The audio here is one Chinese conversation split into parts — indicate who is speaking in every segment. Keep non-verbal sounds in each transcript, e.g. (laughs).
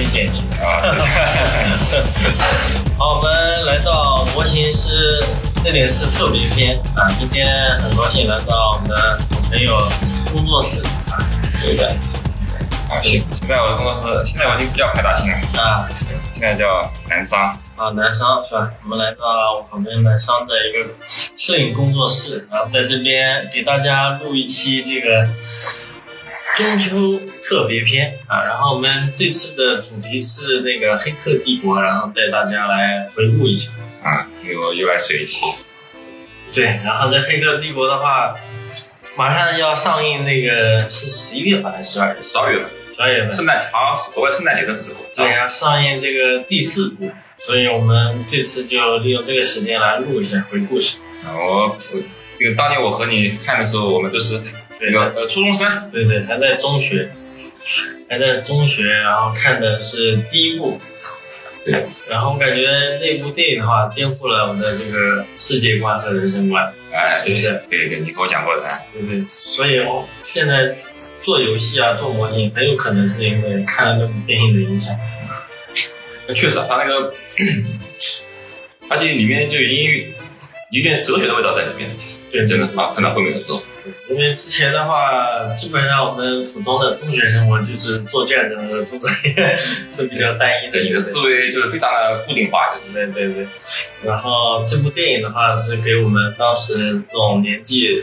Speaker 1: 以剪辑。 (laughs)
Speaker 2: 啊，
Speaker 1: 好，我们来到模型师那点事特别篇啊，今天很高兴来到我们的朋友工作室啊，对的
Speaker 2: 啊，现现在我的工作室，现在我已经不叫派大星了，
Speaker 1: 啊
Speaker 2: 现在叫南商。
Speaker 1: 啊南商是吧？我们来到我们南商的一个摄影工作室，然后在这边给大家录一期这个中秋特别篇啊，然后我们这次的主题是那个《黑客帝国》，然后带大家来回顾一下。
Speaker 2: 啊，又又来水一期，
Speaker 1: 对，然后在《黑客帝国》的话，马上要上映那个是十一月份还是十二月？
Speaker 2: 十二月份，
Speaker 1: 十二月份。
Speaker 2: 圣诞节好像是国外圣诞节的时候。
Speaker 1: 对，要上映这个第四部，所以我们这次就利用这个时间来录一下，回顾一下。
Speaker 2: 啊，我我那个当年我和你看的时候，我们都是那
Speaker 1: 对
Speaker 2: 个呃初中生，
Speaker 1: 对对，还在中学，还在中学，然后看的是第一部。
Speaker 2: 对，
Speaker 1: 然后我感觉那部电影的话，颠覆了我的这个世界观和人生观，
Speaker 2: 哎，
Speaker 1: 是不是？
Speaker 2: 对对，你跟我讲过的，哎
Speaker 1: 对对，所以我现在做游戏啊，做模型，很有可能是因为看了那部电影的影响。
Speaker 2: 那确实啊，他那个，而且里面就已经有点哲学的味道在里面，其实
Speaker 1: 对
Speaker 2: 真的啊，看到后面的时候，
Speaker 1: 因为之前的话，基本上我们普通的中学生活就是做卷子、做作业是比较单一的
Speaker 2: 对
Speaker 1: 一
Speaker 2: 你
Speaker 1: 个
Speaker 2: 的思维就是非常的固定化的。
Speaker 1: 对对对。然后这部电影的话，是给我们当时这种年纪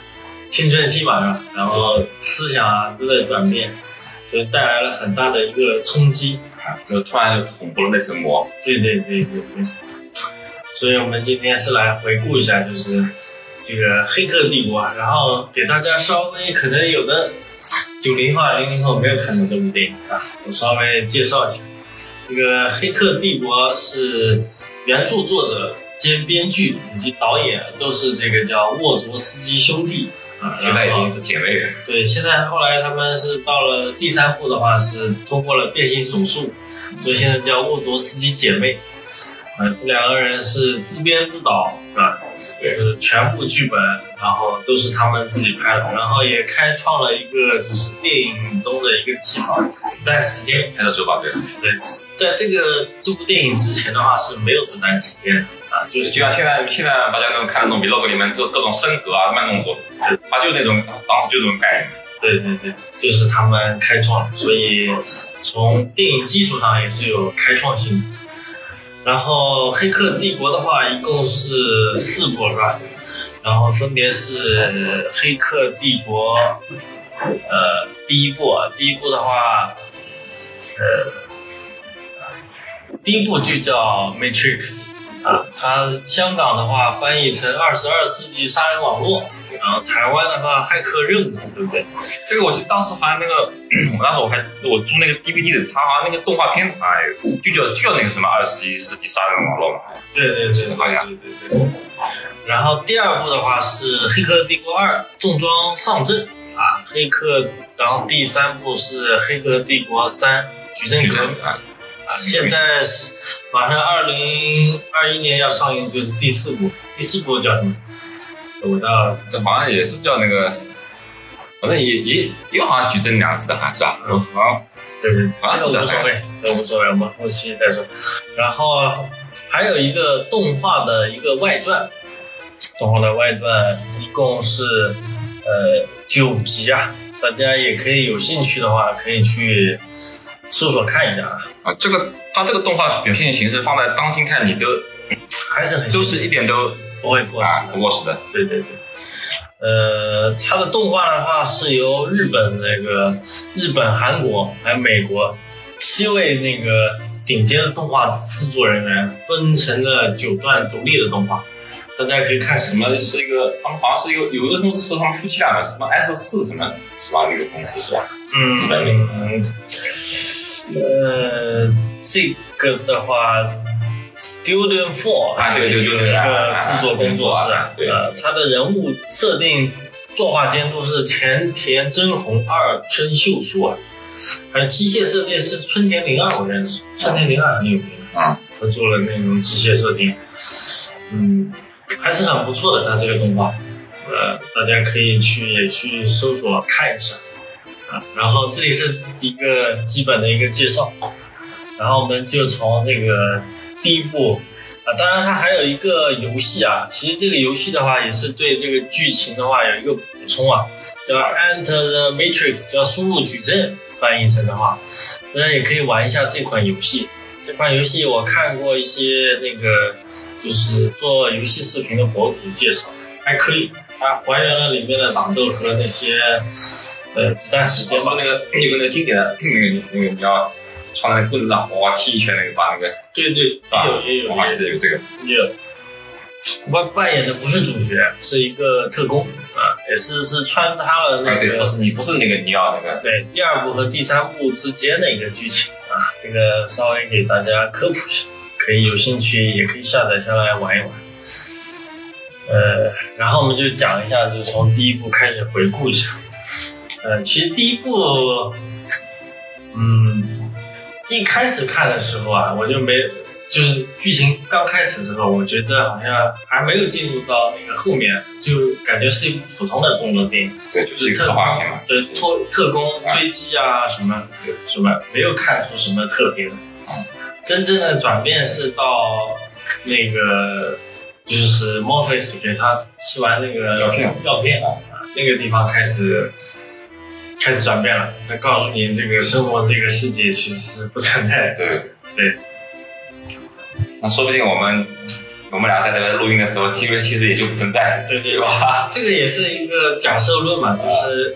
Speaker 1: 青春期嘛，是吧然后思想啊都在转变，所以带来了很大的一个冲击。
Speaker 2: 啊，就突然就捅破了那层膜。
Speaker 1: 对对对对对。所以我们今天是来回顾一下，就是这个《黑客帝国》啊，然后给大家稍微可能有的九零后、啊零零后没有看过这部电影啊，我稍微介绍一下。这个《黑客帝国》是原著作者兼编剧以及导演都是这个叫沃卓斯基兄弟啊，
Speaker 2: 现在已
Speaker 1: 然后
Speaker 2: 经是姐妹了，
Speaker 1: 对，现在后来他们是到了第三部的话，是通过了变性手术，所以现在叫沃卓斯基姐妹。呃，这两个人是自编自导，是吧？
Speaker 2: 对
Speaker 1: 就是全部剧本，然后都是他们自己拍的，然后也开创了一个就是电影中的一个技法——子弹时间。
Speaker 2: 她的手法对，
Speaker 1: 对，在这个这部电影之前的话是没有子弹时间的啊，就
Speaker 2: 就是就像现在现在大家那种看那种 vlog 里面，就各种升格啊、慢动作，他就那种当时就这种概念。
Speaker 1: 对对对，就是他们开创的，所以从电影基础上也是有开创性的。然后《黑客帝国》的话，一共是四部是吧？然后分别是《黑客帝国》呃第一部，啊，第一部的话，呃，第一部就叫《Matrix》啊，它香港的话翻译成《二十二世纪杀人网络》，然后台湾的话《骇客任务》，对不对？
Speaker 2: 这个我记得当时好像那个， (clears throat) 我当时我还我租那个 DVD 的，它好像那个动画片好像有就叫就叫那个什么二十一世纪杀人网络嘛，
Speaker 1: 对对对
Speaker 2: 是好像
Speaker 1: 对对对。然后第二部的话是《黑客帝国二：重装上阵》啊，黑客。然后第三部是《黑客帝国三：矩阵
Speaker 2: 矩
Speaker 1: 革
Speaker 2: 阵
Speaker 1: 命》
Speaker 2: 啊，
Speaker 1: 啊，现在是马上二零二一年要上映，就是第四部。第四部叫什么？我到
Speaker 2: 这好像也是叫那个，反正也也也好像矩阵两个字的哈，是吧？我好像
Speaker 1: 对对，
Speaker 2: 啊
Speaker 1: 这
Speaker 2: 是
Speaker 1: 个
Speaker 2: 的
Speaker 1: 无所谓，这个无所谓，我们后期再说。然后还有一个动画的一个外传，动画的外传一共是呃九集啊，大家也可以有兴趣的话可以去搜索看一下，啊，
Speaker 2: 啊，这个它这个动画表现形式放在当今看你都
Speaker 1: 还是很
Speaker 2: 都是一点都
Speaker 1: 不会过时
Speaker 2: 啊
Speaker 1: 的。
Speaker 2: 不过时的。
Speaker 1: 对对对。呃，它的动画的话是由日本那个、日本、韩国还有美国七位那个顶尖的动画制作人员分成了九段独立的动画，大家可以看什
Speaker 2: 什
Speaker 1: 么
Speaker 2: 么是一个，他们好像是有有一个公司是他们夫妻俩的，什么 S 四什么是吧？那个公司是吧？
Speaker 1: 嗯，呃，这个的话，Studio Four
Speaker 2: 啊对对对对
Speaker 1: 一
Speaker 2: 啊
Speaker 1: 个
Speaker 2: 啊
Speaker 1: 制作工作室啊
Speaker 2: 啊，对
Speaker 1: 呃，他的人物设定、作画监督是前田真弘、二村秀树啊，还有机械设定是春田零二，我认识，春田零二很有名
Speaker 2: 啊，
Speaker 1: 他做了那种机械设定，嗯，还是很不错的，他这个动画，呃，大家可以去也去搜索看一下。啊，然后这里是一个基本的一个介绍，然后我们就从这个第一部啊，当然它还有一个游戏啊，其实这个游戏的话也是对这个剧情的话有一个补充啊，叫 Enter the Matrix，叫输入矩阵，翻译成的话，大家也可以玩一下这款游戏。这款游戏我看过一些那个就是做游戏视频的博主介绍，还可以，它还原了里面的打斗和那些呃子弹时
Speaker 2: 就
Speaker 1: 间
Speaker 2: 是
Speaker 1: 吧。
Speaker 2: 那个有个那个经典的那个那个你要穿那个棍子上哇踢一圈那个把那个，
Speaker 1: 对对，
Speaker 2: 啊
Speaker 1: 有也有也有
Speaker 2: 我还记得有这个，
Speaker 1: 也有。扮扮演的不是主角，是一个特工啊，也是是穿插了那
Speaker 2: 哎对，
Speaker 1: 个、
Speaker 2: 不是你不是那个你要那个，
Speaker 1: 对第二部和第三部之间的一个剧情啊，这个稍微给大家科普一下，可以有兴趣也可以下载下来玩一玩。呃，然后我们就讲一下，就从第一部开始回顾一下。呃，其实第一部，嗯，一开始看的时候啊，我就没，就是剧情刚开始的时候，我觉得好像还没有进入到那个后面，就感觉是一部普通的动作电影。
Speaker 2: 对，就是一个科幻片嘛，
Speaker 1: 对特特工追击啊什么
Speaker 2: 对
Speaker 1: 什么，没有看出什么特别的啊
Speaker 2: 嗯。
Speaker 1: 真正的转变是到那个就是 Morpheus 给他吃完那个
Speaker 2: 药片
Speaker 1: 药片啊，那个地方开始开始转变了，才告诉你这个生活这个世界其实是不存在的。
Speaker 2: 对
Speaker 1: 对。
Speaker 2: 那说不定我们我们俩在这边录音的时候，其实其实也就不存在，
Speaker 1: 对对哦
Speaker 2: 对吧？ (laughs)
Speaker 1: 这个也是一个假设论嘛，就是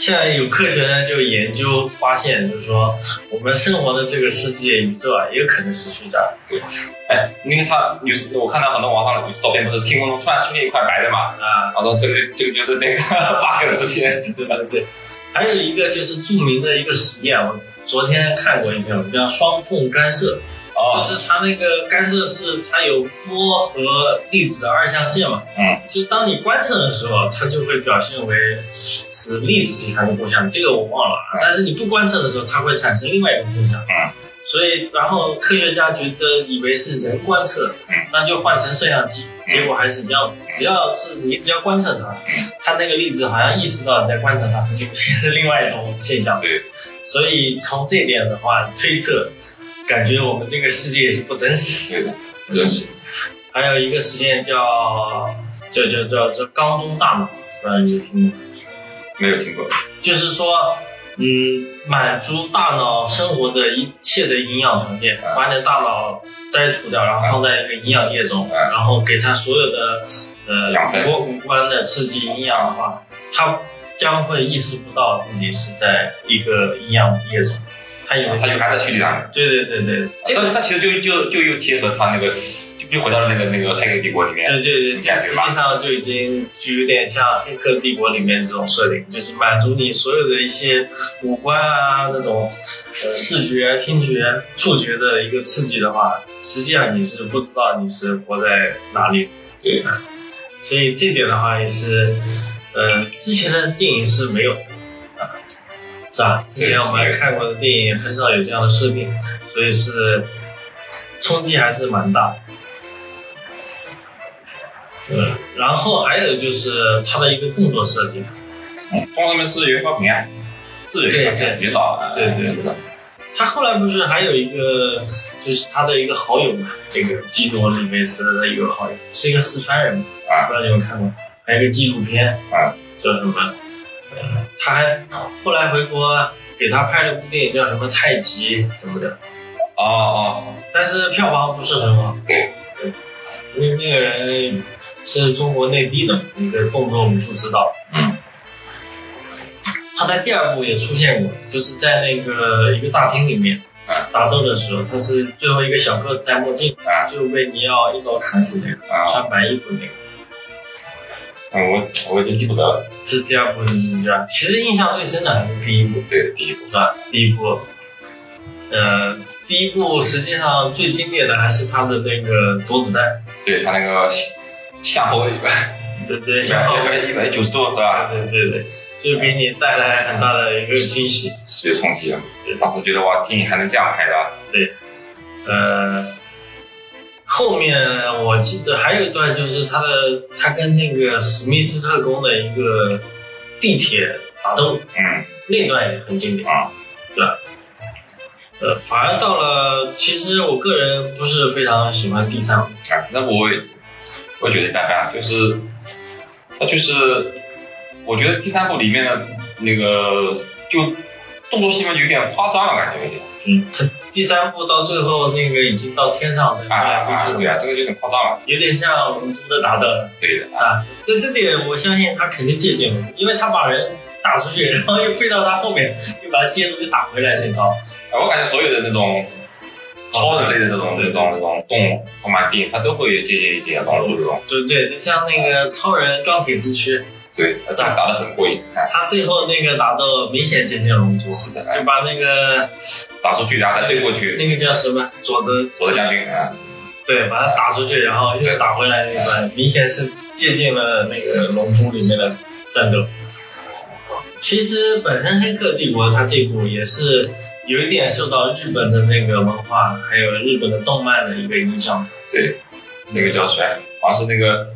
Speaker 1: 现在有科学家就研究发现，就是说我们生活的这个世界宇宙啊，也有可能是虚假的。
Speaker 2: 哎，因为他有时我看到很多网上的照片，不是天空中突然出现一块白的嘛，
Speaker 1: 啊，
Speaker 2: 然后说这个这个就是那个 (laughs) bug 的出现，
Speaker 1: 对对对。还有一个就是著名的一个实验，我昨天看过一篇文章，双缝干涉，
Speaker 2: 哦，
Speaker 1: 就是它那个干涉是它有波和粒子的二象性嘛，
Speaker 2: 嗯，
Speaker 1: 就当你观测的时候，它就会表现为是粒子性还是波相，这个我忘了啊，
Speaker 2: 嗯
Speaker 1: 但是你不观测的时候，它会产生另外一种现象，
Speaker 2: 嗯，
Speaker 1: 所以然后科学家觉得以为是人观测，
Speaker 2: 嗯
Speaker 1: 那就换成摄像机，
Speaker 2: 嗯
Speaker 1: 结果还是一样的，只要是你只要观测它，它那个粒子好像意识到你在观测它，是是另 (laughs) 外一种现象。
Speaker 2: 对，
Speaker 1: 所以从这点的话推测，感觉我们这个世界是不真实的。
Speaker 2: 对的，真是
Speaker 1: 还有一个实验叫叫叫叫叫缸中大脑，不知道你有听过？
Speaker 2: 没有听过，
Speaker 1: 就是说，嗯，满足大脑生活的一切的营养条件，把你的大脑摘除掉，然后放在一个营养液中，
Speaker 2: 嗯
Speaker 1: 然后给它所有的呃
Speaker 2: 养分
Speaker 1: 五官五官的刺激营养的话，它将会意识不到自己是在一个营养液中，它以为
Speaker 2: 他就啊还在虚拟上。
Speaker 1: 对对对对，
Speaker 2: 这个它其实就就就又贴合他那个，就又回到了那个那个黑客帝国里面。
Speaker 1: 对对对，这实际上就已经就有点像《黑客帝国》里面这种设定，就是满足你所有的一些五官啊那种呃视觉、听觉、触觉的一个刺激的话，实际上你是不知道你是活在哪里。
Speaker 2: 对
Speaker 1: 嗯，所以这点的话也是，呃，之前的电影是没有的，啊是吧？之前我们看过的电影很少有这样的设定，所以是冲击还是蛮大的。嗯，然后还有就是它的一个动作设计，
Speaker 2: 中上面是袁高平啊，是袁高平
Speaker 1: 对
Speaker 2: 指导的，
Speaker 1: 对对
Speaker 2: 知道。
Speaker 1: 他后来不是还有一个，就是他的一个好友嘛，这个基罗里维斯的一个好友，是一个四川人嘛，
Speaker 2: 啊
Speaker 1: 不知道你有没有看过，还有一个纪录片
Speaker 2: 啊，
Speaker 1: 叫什么？呃，他还后来回国给他拍了部电影叫什么太极什么的，
Speaker 2: 哦哦，
Speaker 1: 但是票房不是很好。
Speaker 2: 对
Speaker 1: 对，因为那个人是中国内地的一个动作武术指导，
Speaker 2: 嗯，
Speaker 1: 他在第二部也出现过，就是在那个一个大厅里面
Speaker 2: 啊
Speaker 1: 打斗的时候，他是最后一个小个子戴墨镜
Speaker 2: 啊，
Speaker 1: 就被尼奥一刀砍死那个，
Speaker 2: 啊，
Speaker 1: 穿白衣服那个。
Speaker 2: 嗯我我已经记不得了。
Speaker 1: 这是第二部是这样，其实印象最深的还是第一部，
Speaker 2: 对，第一部
Speaker 1: 是吧？第一部，呃，第一部实际上最经典的还是他的那个躲子弹，
Speaker 2: 对他那个向后一百
Speaker 1: 对对，
Speaker 2: 一
Speaker 1: 然后
Speaker 2: 百 (laughs) 一百九十度是吧？
Speaker 1: 对对对，就给你带来很大的一个惊喜。
Speaker 2: 视觉冲击啊！当时觉得哇，电影还能这样拍的，啊
Speaker 1: 呃，后面我记得还有一段就是他的他跟那个史密斯特工的一个地铁打斗，
Speaker 2: 嗯
Speaker 1: 那段也很经典
Speaker 2: 啊，
Speaker 1: 对吧？呃，反而到了，其实我个人不是非常喜欢第三部，
Speaker 2: 啊，那我也我觉得一般般，就是它就是我觉得第三部里面的那个就动作戏份有点夸张了，感觉有点
Speaker 1: 嗯，第三部到最后那个已经到天上了，
Speaker 2: 啊啊，
Speaker 1: 就是
Speaker 2: 对啊，这个有点夸张了，
Speaker 1: 有点像我们朱德达的
Speaker 2: 对的，
Speaker 1: 啊，在这点我相信他肯定借鉴了，因为他把人打出去，然后又飞到他后面，又把他接住，又打回来这招。
Speaker 2: 啊我感觉所有的那种超人类的这
Speaker 1: 啊
Speaker 2: 种这种这种动动漫电影，它都会借鉴一些龙珠这种，
Speaker 1: 对对，就像那个超人钢铁之躯，啊
Speaker 2: 对，呃这样打得很过瘾，啊，
Speaker 1: 他最后那个打斗明显借鉴龙珠，
Speaker 2: 是的，哎
Speaker 1: 就把那个
Speaker 2: 打出去然后再对过去，
Speaker 1: 那个叫什么佐德
Speaker 2: 我的将军啊，
Speaker 1: 对，把它打出去，然后又打回来那段，明显是借鉴了那个《龙珠》里面的战斗。其实本身《黑客帝国》它这部也是有一点受到日本的那个文化，还有日本的动漫的一个影响。
Speaker 2: 对，那个叫谁？啊好像是那个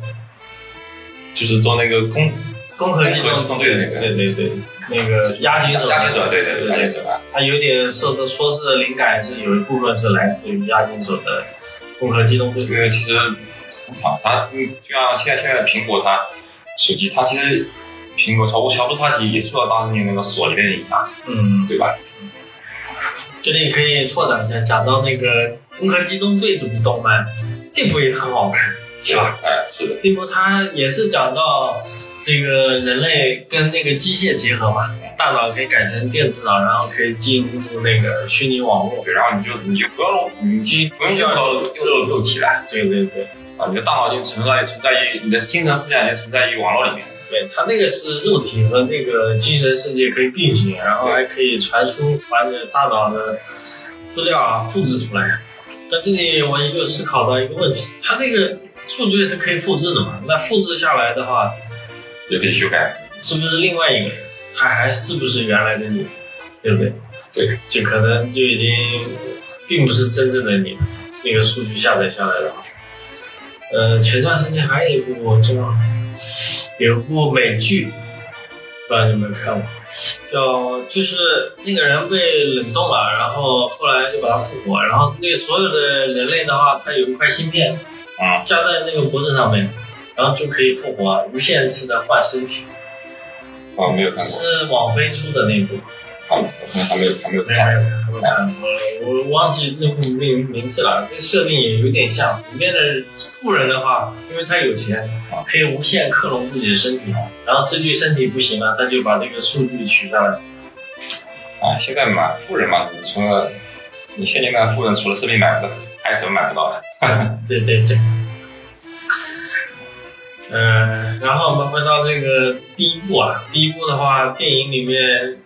Speaker 2: 就是做那个工
Speaker 1: 攻壳机
Speaker 2: 攻壳机动队的那个
Speaker 1: 对对对，那个押金手，
Speaker 2: 押金手，对对
Speaker 1: 对
Speaker 2: 对，押金手啊。
Speaker 1: 它有点受到说是灵感是有一部分是来自于押金手的攻壳机动队。
Speaker 2: 因为其实，操，它嗯，就像现在现在的苹果它手机，它其实苹果乔布乔布斯他也受到当年那个索尼的影响，
Speaker 1: 嗯，
Speaker 2: 对吧？
Speaker 1: 这里可以拓展一下，讲到那个《攻壳机动队》这部动漫，这部也很好看，
Speaker 2: 是吧？哎，是的，
Speaker 1: 这部它也是讲到这个人类跟那个机械结合嘛，大脑可以改成电子脑，然后可以进入那个虚拟网络。
Speaker 2: 对，然后你就你就不要用，你就不用用到肉肉肉体了
Speaker 1: 对对对，
Speaker 2: 啊，你的大脑已经存在存在于你的精神世界已经存在于网络里面，
Speaker 1: 对，它那个是肉体和那个精神世界可以并行，然后还可以传输把你的大脑的资料啊复制出来。那这里我又思考到一个问题，它这个数据是可以复制的嘛？那复制下来的话，
Speaker 2: 也可以修改。
Speaker 1: 是不是另外一个人？他还是不是原来的你？对不对？
Speaker 2: 对，
Speaker 1: 就可能就已经并不是真正的你了。那个数据下载下来的话，呃，前段时间还有一部我知道，有一部美剧，不知道你有没有看过，叫就是那个人被冷冻了，然后后来就把他复活，然后那所有的人类的话，他有一块芯片，
Speaker 2: 嗯，
Speaker 1: 加在那个脖子上面，然后就可以复活，啊无限次的换身体。
Speaker 2: 啊，没有看过，
Speaker 1: 是网飞出的那部，
Speaker 2: 好，我还没有还没
Speaker 1: 没有
Speaker 2: 有
Speaker 1: 没
Speaker 2: 看。
Speaker 1: 有没有看过，我忘记那部名名字了。这设定也有点像里面的富人的话，因为他有钱，可以无限克隆自己的身体，然后这具身体不行了，他就把这个数据取下来。
Speaker 2: 啊，现在嘛，富人嘛，除了你现阶段富人除了生命买不到，还有什么买不到的？
Speaker 1: 对对对。嗯，然后我们回到这个第一部啊，第一部的话，电影里面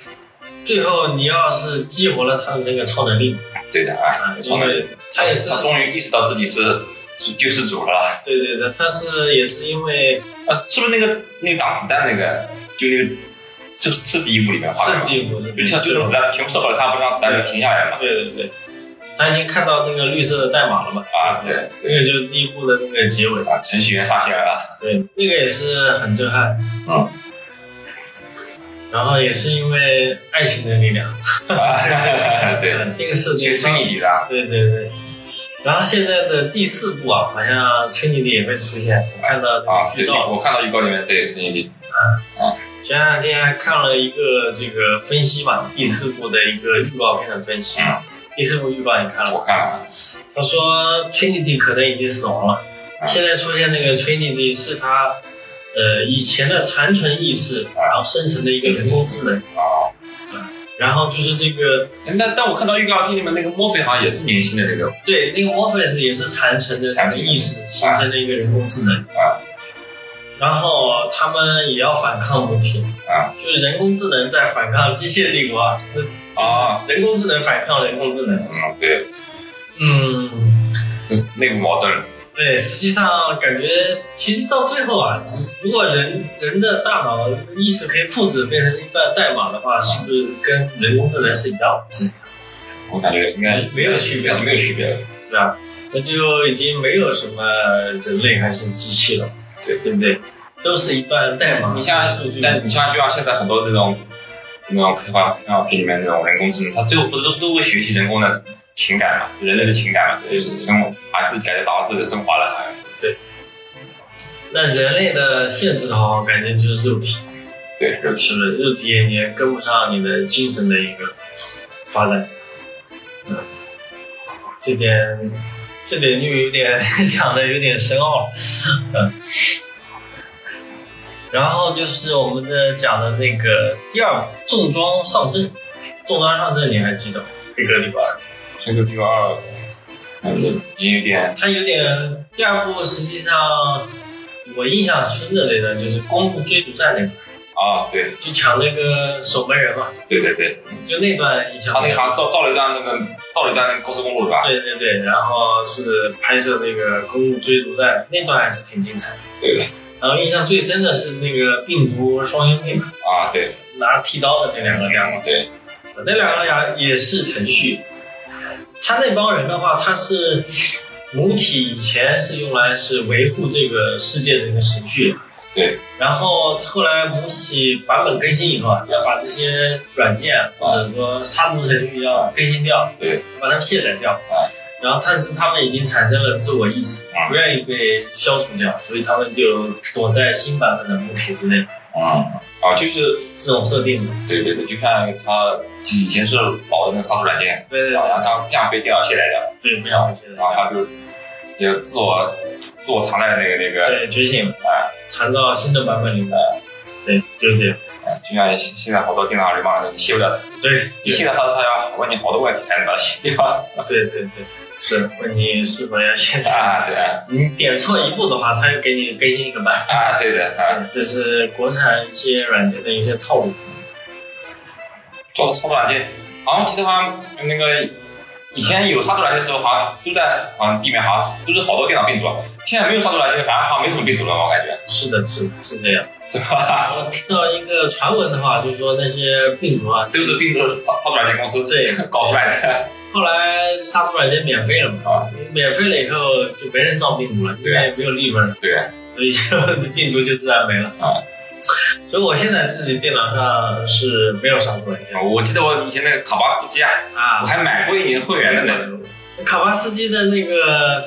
Speaker 1: 最后你要是激活了他的那个超能力
Speaker 2: 对的啊，
Speaker 1: 啊，
Speaker 2: 超
Speaker 1: 因
Speaker 2: 能力
Speaker 1: 为他也是
Speaker 2: 他终于意识到自己是是救世主了。
Speaker 1: 对对对，他是也是因为
Speaker 2: 啊，是不是那个那个打子弹那个，就那个，就是是第一部里面画的
Speaker 1: 设
Speaker 2: 吗？
Speaker 1: 计不是
Speaker 2: 就像就那个子弹全部射好了，他不让子弹停下来嘛？
Speaker 1: 对对对，他已经看到那个绿色的代码了嘛？
Speaker 2: 啊，对，
Speaker 1: 那个就是第一部的那个结尾，
Speaker 2: 啊，程序员上线了，
Speaker 1: 对，那个也是很震撼。
Speaker 2: 嗯。
Speaker 1: 然后也是因为爱情的力量，
Speaker 2: (laughs)
Speaker 1: 呃
Speaker 2: 啊， (laughs)
Speaker 1: (laughs)
Speaker 2: 对，
Speaker 1: 这个设定
Speaker 2: 去
Speaker 1: 上
Speaker 2: 推理你的，啊
Speaker 1: 对对对。然后现在的第四部啊，好像崔妮妮也会出现，我看到
Speaker 2: 啊，
Speaker 1: 那个剧
Speaker 2: 对，
Speaker 1: 照。
Speaker 2: 我看到预告里面对是你
Speaker 1: 前两天还看了一个这个分析嘛，第四部的一个预告片的分析。
Speaker 2: 嗯
Speaker 1: 第四部预告你看了吗？
Speaker 2: 我看了，
Speaker 1: 他说 Trinity 可能已经死亡了，
Speaker 2: 啊
Speaker 1: 现在出现那个 Trinity 是他呃以前的残存意识，
Speaker 2: 啊
Speaker 1: 然后生成的一个人工智能。嗯
Speaker 2: 啊，
Speaker 1: 然后就是这个
Speaker 2: 那但我看到预告片里面那个墨菲好像也是年轻的那个，
Speaker 1: 对那个 Office 也是残存的
Speaker 2: 残存的
Speaker 1: 意识形成的一个人工智能
Speaker 2: 啊。
Speaker 1: 然后他们也要反抗母体
Speaker 2: 啊，
Speaker 1: 就是人工智能在反抗机械帝国啊，
Speaker 2: 啊，
Speaker 1: 人工智能反抗人工智能。
Speaker 2: 嗯，对，
Speaker 1: 嗯，
Speaker 2: 就是内部矛盾，
Speaker 1: 对，实际上感觉其实到最后啊，如果人人的大脑意识可以复制变成一段代码的话，是不是跟人工智能是一样的？
Speaker 2: 我感觉应该
Speaker 1: 没有区别
Speaker 2: 应该是没有区别的，
Speaker 1: 对吧？那就已经没有什么人类还是机器了，
Speaker 2: 对
Speaker 1: 对不对？都是一段代码，
Speaker 2: 你像
Speaker 1: 数据，
Speaker 2: 但你像就像现在很多那种那种开发开发片里面那种人工智能，它最后不是都都会学习人工的情感嘛，人类的情感嘛，就是生活，把自己感觉到自己升华了，
Speaker 1: 那人类的限制的话，我感觉就是肉体，
Speaker 2: 对，肉体。
Speaker 1: 是不是？肉体也也跟不上你的精神的一个发展，嗯，这点这点就有点 (laughs) 讲的有点深奥了，嗯。然后就是我们的讲的那个第二步重装上阵，重装上阵你还记得吗？黑客帝国二，
Speaker 2: 这个第二，嗯，已经有点
Speaker 1: 它有点第二部实际上我印象深的那个就是公路追逐战那个，
Speaker 2: 啊，对
Speaker 1: 就抢那个守门人嘛，
Speaker 2: 对对对，
Speaker 1: 就那段印象
Speaker 2: 他那
Speaker 1: 比
Speaker 2: 个
Speaker 1: 较。
Speaker 2: 好像造造了一段那个造了一段那个高速公路是吧？
Speaker 1: 对对对，然后是拍摄那个公路追逐战那段还是挺精彩的。
Speaker 2: 对的
Speaker 1: 然后印象最深的是那个病毒双英妹
Speaker 2: 啊，对，
Speaker 1: 拿剃刀的那两个家伙，
Speaker 2: 对，
Speaker 1: 那两个牙也是程序。他那帮人的话，他是 (laughs) 母体以前是用来是维护这个世界的一个程序，
Speaker 2: 对。
Speaker 1: 然后后来母体版本更新以后，啊，要把这些软件啊或者说杀毒程序要更新掉，
Speaker 2: 对，
Speaker 1: 把它们卸载掉。
Speaker 2: 啊
Speaker 1: 然后，但是他们已经产生了自我意识
Speaker 2: 啊，
Speaker 1: 不愿意被消除掉，所以他们就躲在新版本的母体之内，
Speaker 2: 嗯，啊，就是
Speaker 1: 这种设定。
Speaker 2: 对对对，就像他以前是老的那个杀毒软件，
Speaker 1: 对对
Speaker 2: 然后他不想被电脑卸载掉，
Speaker 1: 对，不想现在
Speaker 2: 然。后他就也自我自我藏在那个那个，
Speaker 1: 对，觉醒
Speaker 2: 哎
Speaker 1: 传到新的版本里面。对，就是这样。
Speaker 2: 哎就像现现在好多电脑流氓人，你卸不了，
Speaker 1: 对，
Speaker 2: 你卸掉它，它要问你好多问题才能把它卸掉。 (laughs)
Speaker 1: 对对对，是问你是否要卸载？
Speaker 2: 啊，对啊，
Speaker 1: (laughs) 你点错一步的话，它就给你更新一个版本。 (laughs)
Speaker 2: 啊，对的，啊，
Speaker 1: 这是国产一些软件的一些套路。
Speaker 2: 做杀毒软件，好像记得好像那个以前有杀毒软件的时候，好像都在好像地面好像都是好多电脑病毒，啊现在没有杀毒软件，反而好像没什么病毒了，我感觉，
Speaker 1: 是的，是的，是这样。
Speaker 2: 对吧？ (laughs)
Speaker 1: 我听到一个传闻的话，就是说那些病毒啊，
Speaker 2: 就是病毒杀毒软件公司
Speaker 1: 对，
Speaker 2: (laughs) 搞出来的，
Speaker 1: 后来杀毒软件免费了嘛，
Speaker 2: 啊，
Speaker 1: 免费了以后就没人造病毒了，因
Speaker 2: 对啊
Speaker 1: 为没有利润，
Speaker 2: 对，
Speaker 1: 所以就 (laughs) 病毒就自然没了
Speaker 2: 啊。
Speaker 1: 所以我现在自己电脑上是没有杀毒软件
Speaker 2: 我记得我以前那个卡巴斯基啊，啊
Speaker 1: 啊。
Speaker 2: 我还买过一年会员的呢，
Speaker 1: 卡巴斯基的那个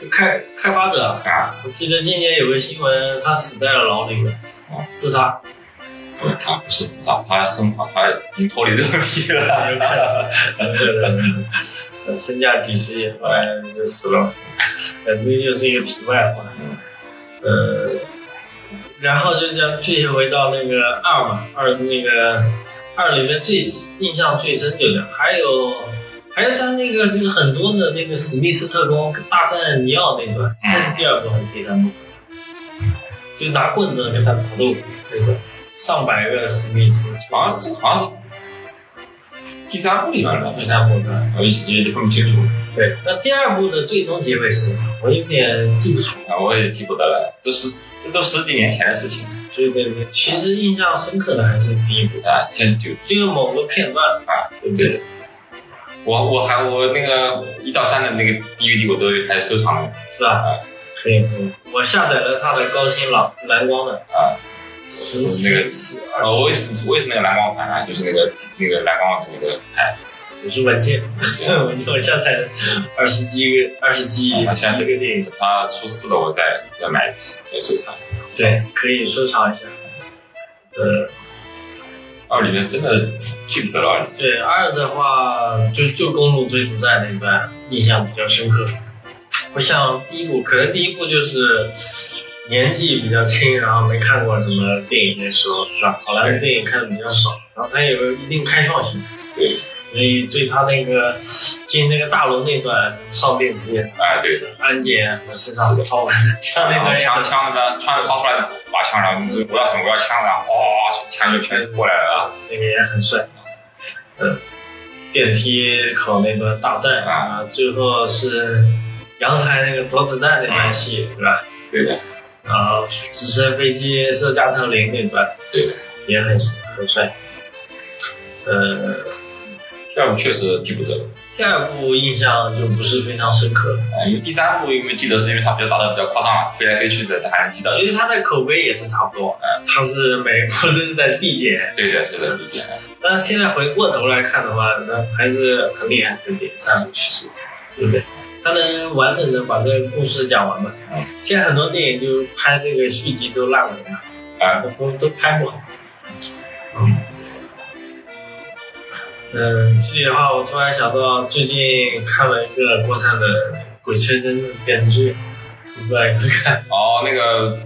Speaker 1: 就开开发者，
Speaker 2: 啊，
Speaker 1: 我记得今年有个新闻，他死在了牢里面
Speaker 2: 哦，
Speaker 1: 自杀，
Speaker 2: 不，他不是自杀，他生活他已经脱离这个题了，
Speaker 1: 有可能 (laughs) 呃身价几十亿，后来就死了。呃，这又是一个题外话。嗯呃，然后就讲继续回到那个二嘛，二那个二里面最印象最深就讲，还有还有他那个就是很多的那个史密斯特工大战尼奥那段，那是第二部还是第三部？就拿棍子跟他打斗那个上百个史密斯，
Speaker 2: 好像这个好像是第三部里面的，
Speaker 1: 第三部的。
Speaker 2: 我也也分不清楚，
Speaker 1: 对，那第二部的最终结尾是什么？我有点记不住。
Speaker 2: 啊，我也记不得了，这十这都十几年前的事情
Speaker 1: 对对对，其实印象深刻的还是第一部，
Speaker 2: 啊，现在就
Speaker 1: 就是某个片段
Speaker 2: 啊，
Speaker 1: 对不对？
Speaker 2: 对，我我还我那个一到三的那个 DVD 我都开始收藏了
Speaker 1: 是吧？可以，可以。我下载了他的高清蓝蓝光的
Speaker 2: 啊，
Speaker 1: 十
Speaker 2: 那个
Speaker 1: 十二
Speaker 2: 啊，
Speaker 1: 十
Speaker 2: 我也是我也是那个蓝光盘啊，就是那个那个蓝光的那个盘，
Speaker 1: 五十文件， (laughs) 我就下载了二十 G 个二十 G 一
Speaker 2: 啊
Speaker 1: 个
Speaker 2: 下载
Speaker 1: 电影，
Speaker 2: 它出四了我再再买再收藏。
Speaker 1: 对，可以收藏一下。呃，
Speaker 2: 二啊里面真的记不得了，
Speaker 1: 对二的话，就就公路追逐战那一段印象比较深刻，不像第一部，可能第一部就是年纪比较轻，然后没看过什么电影的时候，是吧？好莱坞电影看的比较少，然后它也有一定开创性，
Speaker 2: 对，
Speaker 1: 所以对他那个进那个大楼那段上电梯、
Speaker 2: 啊，对。
Speaker 1: 安检、身 (laughs) 上超文这样
Speaker 2: 然
Speaker 1: 那
Speaker 2: 后
Speaker 1: 段
Speaker 2: 枪
Speaker 1: 枪，
Speaker 2: 枪那边突然刷出来把枪，然后就是我要什么我要枪，然后哗枪就全过来了啊
Speaker 1: 那个也很帅，嗯，电梯口那段大战啊，最后是阳台那个躲子弹那段戏，
Speaker 2: 嗯
Speaker 1: 对吧？
Speaker 2: 对的，
Speaker 1: 啊，直升飞机射加特林那段，
Speaker 2: 对的，
Speaker 1: 也很很帅。呃，
Speaker 2: 第二部确实记不得了，
Speaker 1: 第二部印象就不是非常深刻了，
Speaker 2: 哎因为第三部因为记得是因为它比较打的比较夸张嘛，飞来飞去的，但还能记得。嗯
Speaker 1: 其实它的口碑也是差不多，它是每一部都是在递减，
Speaker 2: 对的，是的，理解。
Speaker 1: 但是现在回过头来看的话，那还是很厉害的点三部曲，对不对？他能完整的把这个故事讲完嘛
Speaker 2: 嗯？
Speaker 1: 现在很多电影就拍这个续集都烂尾了，
Speaker 2: 哎
Speaker 1: 都都拍不好。嗯，嗯，这里的话，我突然想到最近看了一个国产的《鬼吹灯》的电视剧，不知道有没有看？
Speaker 2: 哦，那个，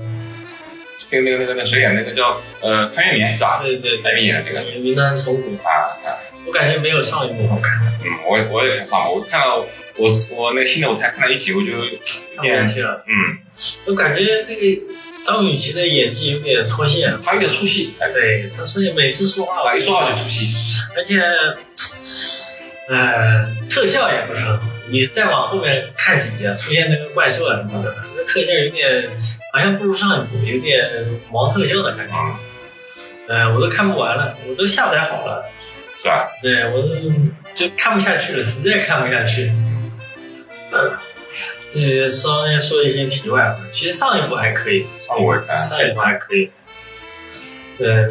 Speaker 2: 那个那个那个那个谁演那个叫呃潘粤明是吧？
Speaker 1: 对对
Speaker 2: 潘
Speaker 1: 对，
Speaker 2: 粤明演的啊那个
Speaker 1: 云南虫谷，
Speaker 2: 啊啊，
Speaker 1: 我感觉没有上一部好看，
Speaker 2: 嗯，我也我也看上了，我看了我我那个新的我才看了一集，我就
Speaker 1: 看不下去了。
Speaker 2: 嗯，
Speaker 1: 我感觉那个张雨绮的演技有点脱线。
Speaker 2: 他有点出戏，哎，
Speaker 1: 对，她说每次说话，
Speaker 2: 啊一说话就出戏，
Speaker 1: 而且，呃，特效也不是很好。你再往后面看几集啊，出现那个怪兽啊什么的，那特效有点好像不如上一部，有点呃毛特效的感觉。
Speaker 2: 嗯，
Speaker 1: 呃，我都看不完了，我都下载好了，
Speaker 2: 是吧？
Speaker 1: 对我都就看不下去了，实在看不下去。嗯，呃，稍微说一些题外话，其实上一部还可以，
Speaker 2: 上午我也看，
Speaker 1: 上一部还可以。对，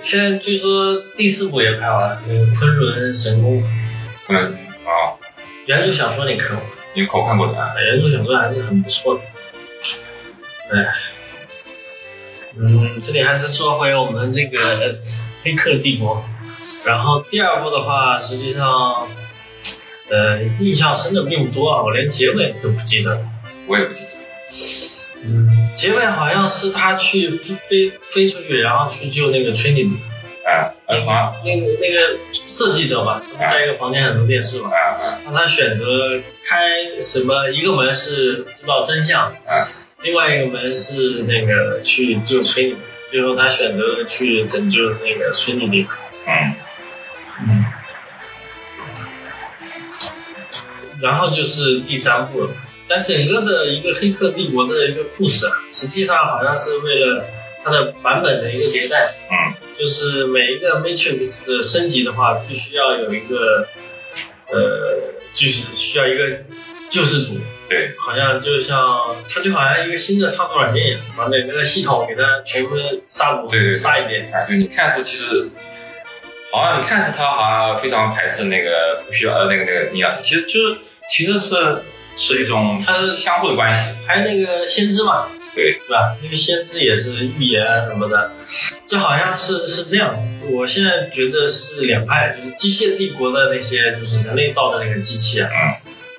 Speaker 1: 现在据说第四部也拍完了，那个昆仑神功。
Speaker 2: 嗯啊，
Speaker 1: 原著小说你看过吗？
Speaker 2: 因为我看过的啊，
Speaker 1: 原著小说还是很不错的。哎，嗯，这里还是说回我们这个呃《黑客帝国》，然后第二部的话，实际上，呃，印象深的并不多啊，我连结尾都不记得了。
Speaker 2: 我也不记得，
Speaker 1: 嗯，结尾好像是他去飞飞飞出去，然后去救那个崔女，
Speaker 2: 哎，呃，好像，
Speaker 1: 那个那个设计者吧，在一个房间很多电视嘛。
Speaker 2: 哎哎
Speaker 1: 让他选择开什么？一个门是知道真相，
Speaker 2: 嗯
Speaker 1: 另外一个门是那个去救崔女，最后他选择了去拯救那个崔女。
Speaker 2: 嗯，
Speaker 1: 嗯，然后就是第三部了。但整个的一个黑客帝国的一个故事啊，实际上好像是为了它的版本的一个迭代。
Speaker 2: 嗯，
Speaker 1: 就是每一个 Matrix 的升级的话，必须要有一个，呃，就是需要一个救世主。
Speaker 2: 对，
Speaker 1: 好像就像它就好像一个新的操作软件一样，把整个系统给它全部杀毒，
Speaker 2: 对对对
Speaker 1: 杀一遍。
Speaker 2: 哎，就你看似其实，好像你看似他好像非常排斥那个不需要呃那个那个你要，其实就是其实是是一种它是相互的关系，
Speaker 1: 还有那个先知嘛，
Speaker 2: 对
Speaker 1: 是吧？那个先知也是预言啊什么的，就好像是是这样。我现在觉得是两派，就是机械帝国的那些，就是人类造的那个机器啊，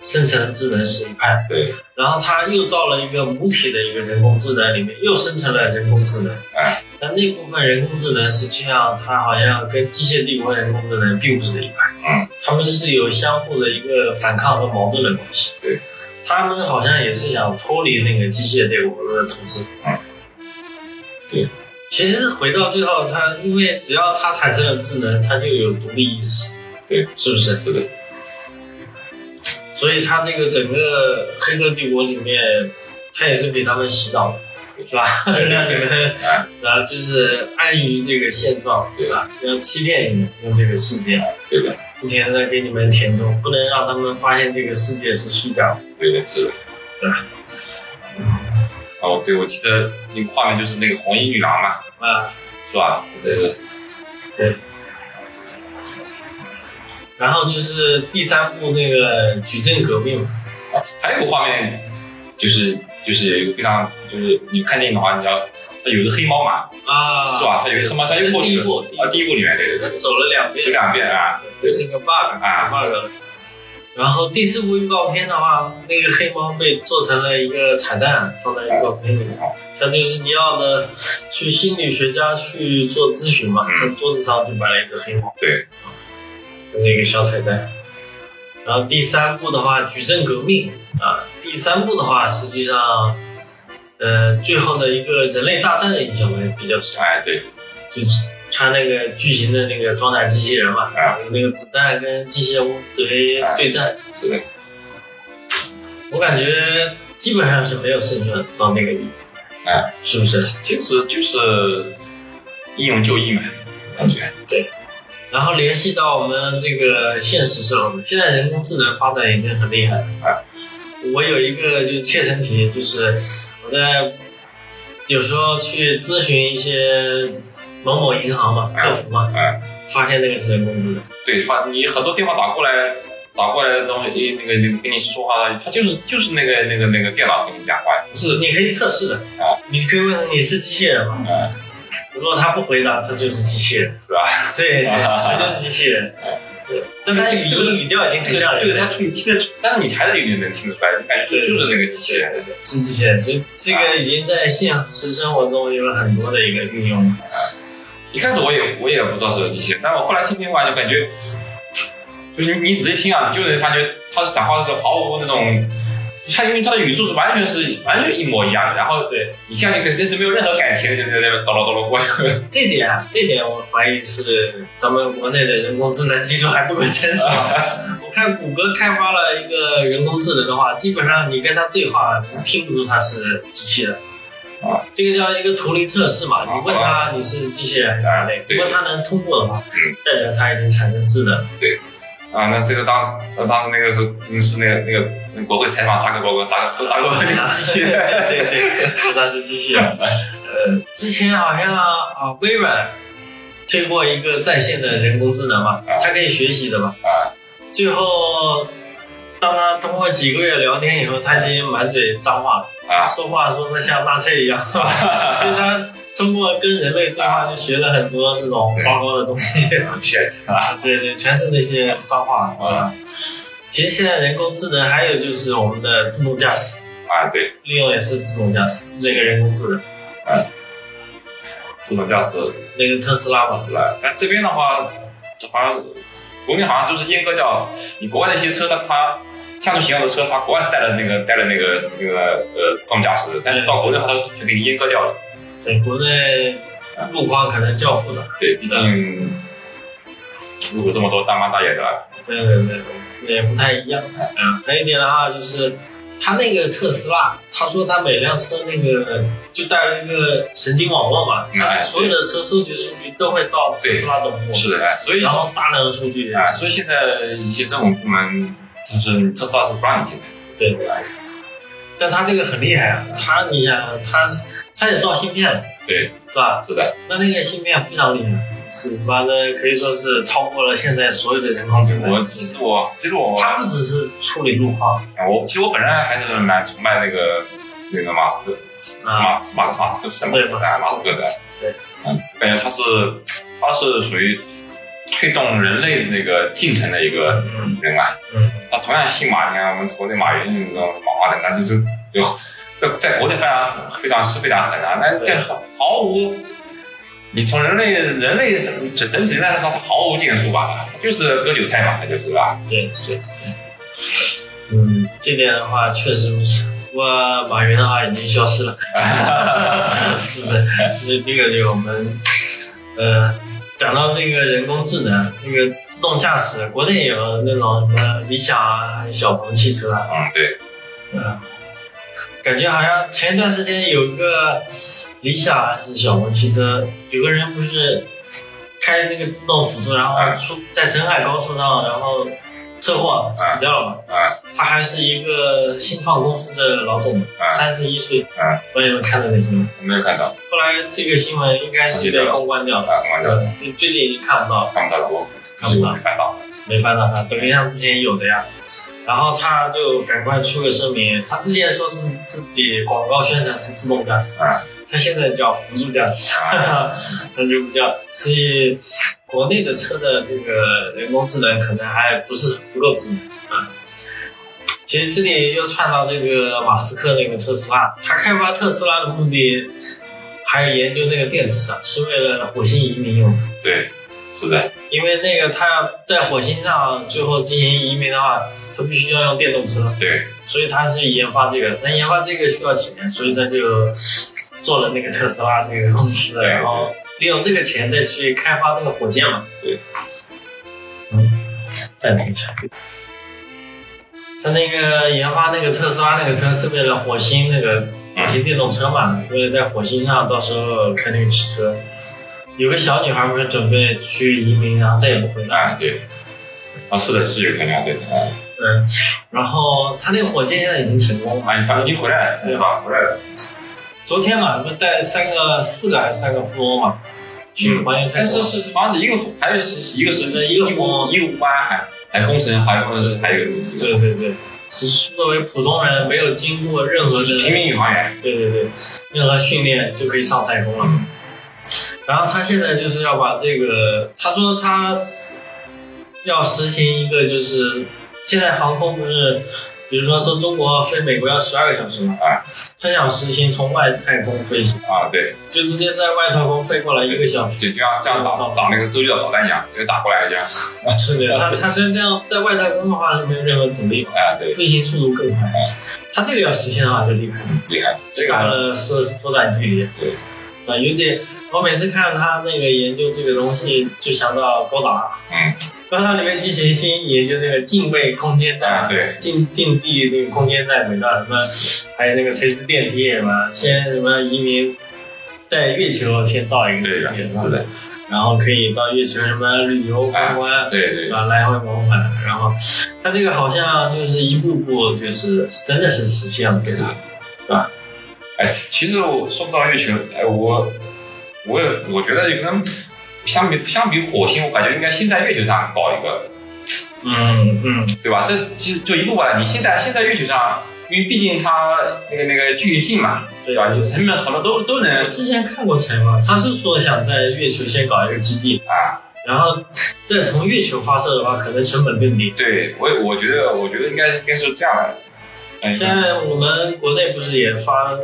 Speaker 1: 生成智能是一派，
Speaker 2: 对，
Speaker 1: 然后他又造了一个母体的一个人工智能，里面又生成了人工智能。
Speaker 2: 哎，
Speaker 1: 但那部分人工智能实际上它好像跟机械帝国人工智能并不是一派，
Speaker 2: 嗯，
Speaker 1: 他们是有相互的一个反抗和矛盾的关系。
Speaker 2: 对，
Speaker 1: 他们好像也是想脱离那个机械帝国的统治。
Speaker 2: 嗯，
Speaker 1: 对。其实回到最后，它因为只要它产生了智能，它就有独立意识。
Speaker 2: 对，
Speaker 1: 是不是？
Speaker 2: 是的，
Speaker 1: 所以他这个整个黑客帝国里面，他也是给他们洗脑的，是吧？
Speaker 2: 对对
Speaker 1: 让你们
Speaker 2: 哎，
Speaker 1: (laughs) 然后就是安于这个现状，对吧？要欺骗你们，用这个世界，
Speaker 2: 对的，
Speaker 1: 一天在给你们填充，不能让他们发现这个世界是虚假的。
Speaker 2: 对的，是的，
Speaker 1: 对
Speaker 2: 吧？哦，对，我记得那个画面就是那个红衣女郎嘛，
Speaker 1: 啊，
Speaker 2: 是吧？
Speaker 1: 对
Speaker 2: 是，
Speaker 1: 然后就是第三部那个矩阵革命嘛，
Speaker 2: 啊还有一个画面就是就是有一个非常就是你看电影的话，你要它有一个黑猫嘛，
Speaker 1: 啊，
Speaker 2: 是吧？它有一个黑猫，它又过
Speaker 1: 第
Speaker 2: 去
Speaker 1: 一
Speaker 2: 了
Speaker 1: 部，
Speaker 2: 啊，第一部里面对对对，
Speaker 1: 他走了两遍，
Speaker 2: 这两遍啊，
Speaker 1: 这是一个 bug
Speaker 2: 啊
Speaker 1: bug 了。然后第四部预告片的话，那个黑猫被做成了一个彩蛋，放在预告片里面
Speaker 2: 啊。
Speaker 1: 它就是你要的，去心理学家去做咨询嘛，
Speaker 2: 嗯
Speaker 1: 他桌子上就摆了一只黑猫，
Speaker 2: 对，
Speaker 1: 这是一个小彩蛋。然后第三部的话，矩阵革命啊，第三部的话，实际上，呃，最后的一个人类大战的影响会比较深。
Speaker 2: 哎对，
Speaker 1: 就是穿那个巨型的那个装甲机器人嘛，
Speaker 2: 啊
Speaker 1: 那个子弹跟机械乌贼对战，
Speaker 2: 是的。
Speaker 1: 我感觉基本上是没有胜算到那个地步，
Speaker 2: 啊，
Speaker 1: 是不是？
Speaker 2: 其实就是应用就义嘛，感觉。
Speaker 1: 然后联系到我们这个现实社会，现在人工智能发展已经很厉害了。
Speaker 2: 啊
Speaker 1: 我有一个就是切身题，就是我在
Speaker 2: 啊
Speaker 1: 有时候去咨询一些某某银行嘛，客服嘛，
Speaker 2: 哎
Speaker 1: 发现那个是人工智能。
Speaker 2: 对，传你很多电话打过来，打过来的东西，那个那个跟你说话的，他就是就是那个那个那个电脑跟你讲话，不是
Speaker 1: 你可以测试的
Speaker 2: 啊，
Speaker 1: 你可以问你是机器人吗？
Speaker 2: 嗯
Speaker 1: 如果他不回答，他就是机器人，
Speaker 2: 是吧？
Speaker 1: 对对，
Speaker 2: 啊
Speaker 1: 他就是机器人
Speaker 2: 啊。
Speaker 1: 对，但他语
Speaker 2: 这个
Speaker 1: 语调已哎经很像人
Speaker 2: 对，他
Speaker 1: 了，
Speaker 2: 听听得出，但是你还是有点能听得出来，感觉就就是那个机器人。
Speaker 1: 是机器人，所以这个已经在现实生活中有了很多的一个运用了。
Speaker 2: 一开始我也我也不知道这是机器人，但我后来听听完就感觉，就是你你仔细听啊，你就能发觉他讲话的时候毫无那种，他因为他的语速是完全是完全一模一样的，然后
Speaker 1: 对
Speaker 2: 你下去肯定是没有任何感情，就在那边叨唠叨唠过去。
Speaker 1: 这点啊，这点我怀疑是咱们国内的人工智能技术还不够成
Speaker 2: (laughs)
Speaker 1: 熟。我看谷歌开发了一个人工智能的话，基本上你跟它对话，你是听不出它是机器人。
Speaker 2: 啊，
Speaker 1: 这个叫一个图灵测试嘛，你问他你是机器人还是人类，
Speaker 2: 对
Speaker 1: 如果他能通过的话，代表他已经产生智能了。
Speaker 2: (laughs) 啊，那这个当时当时那个是嗯是那个那个那个国会采访扎克伯格，扎克说扎克
Speaker 1: (laughs)
Speaker 2: 伯格是机器人。
Speaker 1: 对对，说它是机器人。呃，之前好像啊，微软推过一个在线的人工智能嘛
Speaker 2: 啊，
Speaker 1: 它可以学习的嘛。
Speaker 2: 啊。
Speaker 1: 最后，当他通过几个月聊天以后，他已经满嘴脏话了，
Speaker 2: 啊
Speaker 1: 说话说的像纳粹一 (laughs) 样，所以他通过跟人类对话就学了很多这种糟糕的东西。
Speaker 2: shit 啊
Speaker 1: 对对，全是那些脏话
Speaker 2: 啊。
Speaker 1: 其实现在人工智能还有就是我们的自动驾驶。
Speaker 2: 啊！对，
Speaker 1: 利用也是自动驾驶，那个人工智能，
Speaker 2: 自动驾驶
Speaker 1: 那个特斯拉嘛，
Speaker 2: 是吧？那这边的话，这好像国内好像就是阉割掉你国外的一些车，它它像素型号的车，它国外是带了那个带了那个那个呃自动驾驶的，但是到国内的话，它就给你阉割掉了。
Speaker 1: 在国内路况可能较复杂。
Speaker 2: 对，毕竟路口这么多大妈大爷的啊，
Speaker 1: 对对对对，也不太一样。嗯，还有一点的话就是，它那个特斯拉，他说他每辆车那个就带了一个神经网络嘛，
Speaker 2: 哎
Speaker 1: 它是所有的车收集数据都会到特斯拉总部，
Speaker 2: 是的，哎所以
Speaker 1: 然后大量的数据，
Speaker 2: 啊，所以现在一些政府部门就是特斯拉是不让你进的。
Speaker 1: 对。但他这个很厉害啊，他你想，他他也造芯片了，
Speaker 2: 对，
Speaker 1: 是吧？
Speaker 2: 是的，
Speaker 1: 那那个芯片非常厉害，是妈的可以说是超过了现在所有的人工智能
Speaker 2: 我。其实我其实我哎
Speaker 1: 它不只是处理路况
Speaker 2: 我其实我本人还是蛮崇拜那个那个马斯克。
Speaker 1: 啊，
Speaker 2: 马马马斯克是吧
Speaker 1: 对
Speaker 2: 马
Speaker 1: 马斯克
Speaker 2: 马斯克的，
Speaker 1: 对，
Speaker 2: 嗯，感觉他是他是属于推动人类那个进程的一个
Speaker 1: 嗯
Speaker 2: 人啊。
Speaker 1: 嗯，
Speaker 2: 他同样姓马，你看我们国内马云这种马化腾，那就是就在在国内非常非常是非常狠啊，那这
Speaker 1: 对
Speaker 2: 毫毫无。你从人类人类整整体来说，他毫无建树吧，他就是割韭菜嘛，他就是吧。
Speaker 1: 对对，嗯，这点的话确实不行。不过马云的话已经消失了，是不是？那这个就我们呃讲到这个人工智能，那个自动驾驶，国内有那种什么理想啊，还有小鹏汽车啊，
Speaker 2: 嗯，对，
Speaker 1: 嗯，感觉好像前一段时间有个理想还是小鹏汽车，有个人不是开那个自动辅助，然后
Speaker 2: 嗯
Speaker 1: 出在沈海高速上，然后车祸死掉了嘛。
Speaker 2: 嗯嗯
Speaker 1: 他还是一个新创公司的老总，三十一岁。
Speaker 2: 嗯
Speaker 1: 我也没看到那新闻。
Speaker 2: 我没有看到，
Speaker 1: 后来这个新闻应该是被公关掉了，
Speaker 2: 啊，看不到，
Speaker 1: 最最近已经看不到了。
Speaker 2: 看不到了，我
Speaker 1: 看不到
Speaker 2: 我没翻到。
Speaker 1: 没翻到他，抖音上之前有的呀。然后他就赶快出个声明，他之前说是自己广告宣传是自动驾驶，
Speaker 2: 啊 (laughs)
Speaker 1: 他现在叫辅助驾驶， (laughs) 那就不叫。所以国内的车的这个人工智能可能还不是不够智能啊。其实这里又串到这个马斯克那个特斯拉，他开发特斯拉的目的，还有研究那个电池啊，是为了火星移民用的。
Speaker 2: 对，是的，
Speaker 1: 因为那个他要在火星上最后进行移民的话，他必须要用电动车，
Speaker 2: 对，
Speaker 1: 所以他是研发这个，但研发这个需要钱，所以他就做了那个特斯拉这个公司，
Speaker 2: 对
Speaker 1: 然后利用这个钱再去开发那个火箭嘛。
Speaker 2: 对，
Speaker 1: 嗯，再等一下。他那个研发那个特斯拉那个车是为了火星那个火星电动车嘛，为了在火星上到时候开那个汽车。有个小女孩不是准备去移民，然后再也不回来。
Speaker 2: 啊，对，啊，是的，是有可能啊，对的，啊，
Speaker 1: 嗯，然后他那个火箭现在已经成功了。
Speaker 2: 啊，你反正你回来了，对吧？回来了，
Speaker 1: 昨天嘛，不是带三个、四个还是三个富翁嘛，去还原开
Speaker 2: 但是
Speaker 1: 拓。
Speaker 2: 是好像是一个服，还有是一个是
Speaker 1: 呃一个
Speaker 2: 义
Speaker 1: 服
Speaker 2: 务义务班，还还工程，还有或者是还有一个东西，
Speaker 1: 对对对，只是作为普通人，没有经过任何的
Speaker 2: 平民宇航员，
Speaker 1: 对对对，任何训练就可以上太空了。然后他现在就是要把这个，他说他要实行一个，就是现在航空不是，比如说从中国飞美国要十二个小时嘛，
Speaker 2: 啊，
Speaker 1: 他想实行从外太空飞行，
Speaker 2: 啊，对
Speaker 1: 就直接在外太空飞过来一个小时。
Speaker 2: 对，就像这样打打那个周六的导弹一样，直接打过来一样，
Speaker 1: 对对，他他虽然这样在外太空的话是没有任何阻力，
Speaker 2: 哎，对，
Speaker 1: 飞行速度更快。他这个要实现的话就厉害了。
Speaker 2: 厉害，这
Speaker 1: 打
Speaker 2: 个
Speaker 1: 了是多大距离？
Speaker 2: 对，
Speaker 1: 啊，有点。我每次看他那个研究这个东西，就想到高达，
Speaker 2: 嗯，
Speaker 1: 高达里面机器星研究那个近卫空间
Speaker 2: 啊，
Speaker 1: 站，
Speaker 2: 对，
Speaker 1: 近近地那个空间站，伟大什么，还有那个垂直电梯什么，先什么移民在月球先造一个
Speaker 2: 对
Speaker 1: 地
Speaker 2: 的
Speaker 1: 铁，，
Speaker 2: 是的，
Speaker 1: 然后可以到月球什么旅游观光。
Speaker 2: 对对，
Speaker 1: 啊，来回往返，然后他这个好像就是一步步，就是真的是实现了，对吧？
Speaker 2: 哎，其实我说不到月球，哎，我我也我觉得有跟相比相比火星，我感觉应该先在月球上搞一个，
Speaker 1: 嗯嗯，
Speaker 2: 对吧？这其实就一步过来，你现在现在月球上，因为毕竟它那个那个距离近嘛，
Speaker 1: 对
Speaker 2: 对啊吧？你成本好多都都能
Speaker 1: 我之前看过采访，他是说想在月球先搞一个基地，
Speaker 2: 啊，
Speaker 1: 然后再从月球发射的话，可能成本更低。
Speaker 2: 对我也我觉得我觉得应该应该是这样的，哎，
Speaker 1: 现在我们国内不是也发，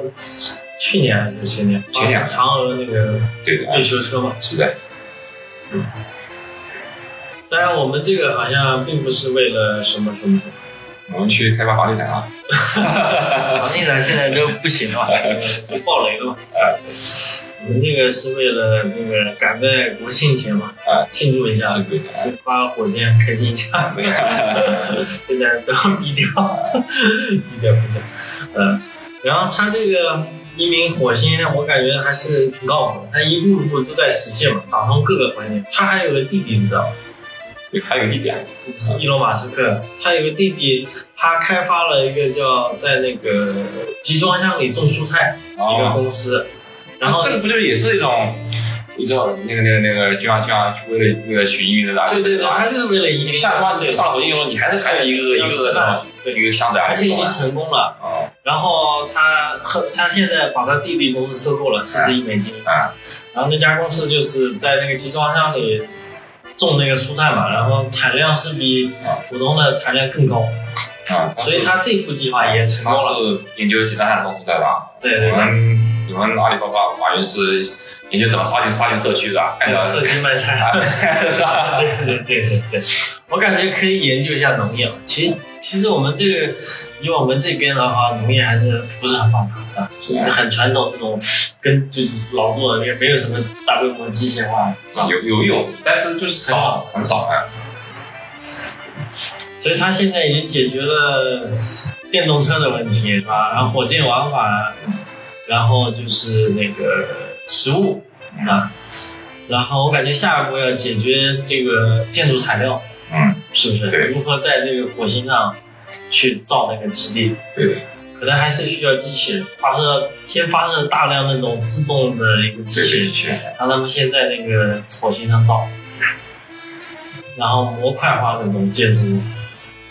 Speaker 1: 去年还是前年发
Speaker 2: 前年
Speaker 1: 嫦娥那个
Speaker 2: 对的，
Speaker 1: 月球车嘛？
Speaker 2: 是的，
Speaker 1: 当然，我们这个好像并不是为了什么什么，
Speaker 2: 我们去开发房地产啊，
Speaker 1: (laughs) 房地产现在都不行
Speaker 2: (laughs)
Speaker 1: 了，都爆雷了嘛。
Speaker 2: 啊
Speaker 1: 我们这个是为了那个赶在国庆前嘛
Speaker 2: 啊，
Speaker 1: 庆祝一下，
Speaker 2: 庆祝一下，
Speaker 1: 发火箭开心一
Speaker 2: (laughs)
Speaker 1: 下。现在都要低 (laughs) 调，低调低调。嗯，然后他这个移民火星，我感觉还是挺靠谱的，他一步一步都在实现嘛，打通各个环节。他还有个弟弟，你知道吗？
Speaker 2: 对还有一点，
Speaker 1: 是伊隆马斯克，他有个弟弟，他开发了一个叫在那个集装箱里种蔬菜一个
Speaker 2: 哦，
Speaker 1: 公司，然后
Speaker 2: 这个不就是也是一种。一种那个那个那个，就像就像为了为了取移民的打，
Speaker 1: 对对对，他就是为了移
Speaker 2: 你
Speaker 1: 民，
Speaker 2: 下关
Speaker 1: 对，
Speaker 2: 上火星以后，你还是还是一个一
Speaker 1: 要
Speaker 2: 个
Speaker 1: 吃
Speaker 2: 一
Speaker 1: 饭
Speaker 2: 个
Speaker 1: 对，
Speaker 2: 一个箱子啊，
Speaker 1: 而且已
Speaker 2: 懂
Speaker 1: 经
Speaker 2: 了
Speaker 1: 成功了。
Speaker 2: 哦
Speaker 1: 然后他和他现在把他弟弟公司收购了四十亿美金，
Speaker 2: 啊，
Speaker 1: 然后那家公司就是在那个集装箱里种那个蔬菜嘛，然后产量是比普通的产量更高，
Speaker 2: 啊，
Speaker 1: 所以他这一步计划也成功
Speaker 2: 他
Speaker 1: 了。
Speaker 2: 是研究计算产动蔬菜的啊，
Speaker 1: 对对
Speaker 2: 我
Speaker 1: 对，
Speaker 2: 们我们阿里巴巴马云是研究怎么杀进杀进社区的啊，干掉
Speaker 1: 社区卖菜，
Speaker 2: 是吧？
Speaker 1: (laughs) 对对对对对，我感觉可以研究一下农业了。哦其实其实我们这个以我们这边的话，农业还是不是很发达啊，是很传统这种跟就是劳作的，也没有什么大规模机械化。
Speaker 2: 有有用，但是就是少很少啊，
Speaker 1: 所以他现在已经解决了电动车的问题，是吧？然后火箭玩法，然后就是那个食物
Speaker 2: 嗯
Speaker 1: 啊，然后我感觉下一步要解决这个建筑材料，
Speaker 2: 嗯，
Speaker 1: 是不是？
Speaker 2: 对
Speaker 1: 如何在这个火星上去造那个基地？
Speaker 2: 对的，
Speaker 1: 可能还是需要机器人发射，先发射大量那种自动的一个机器人，
Speaker 2: 去，
Speaker 1: 让他们先在那个火星上造，然后模块化那种建筑物。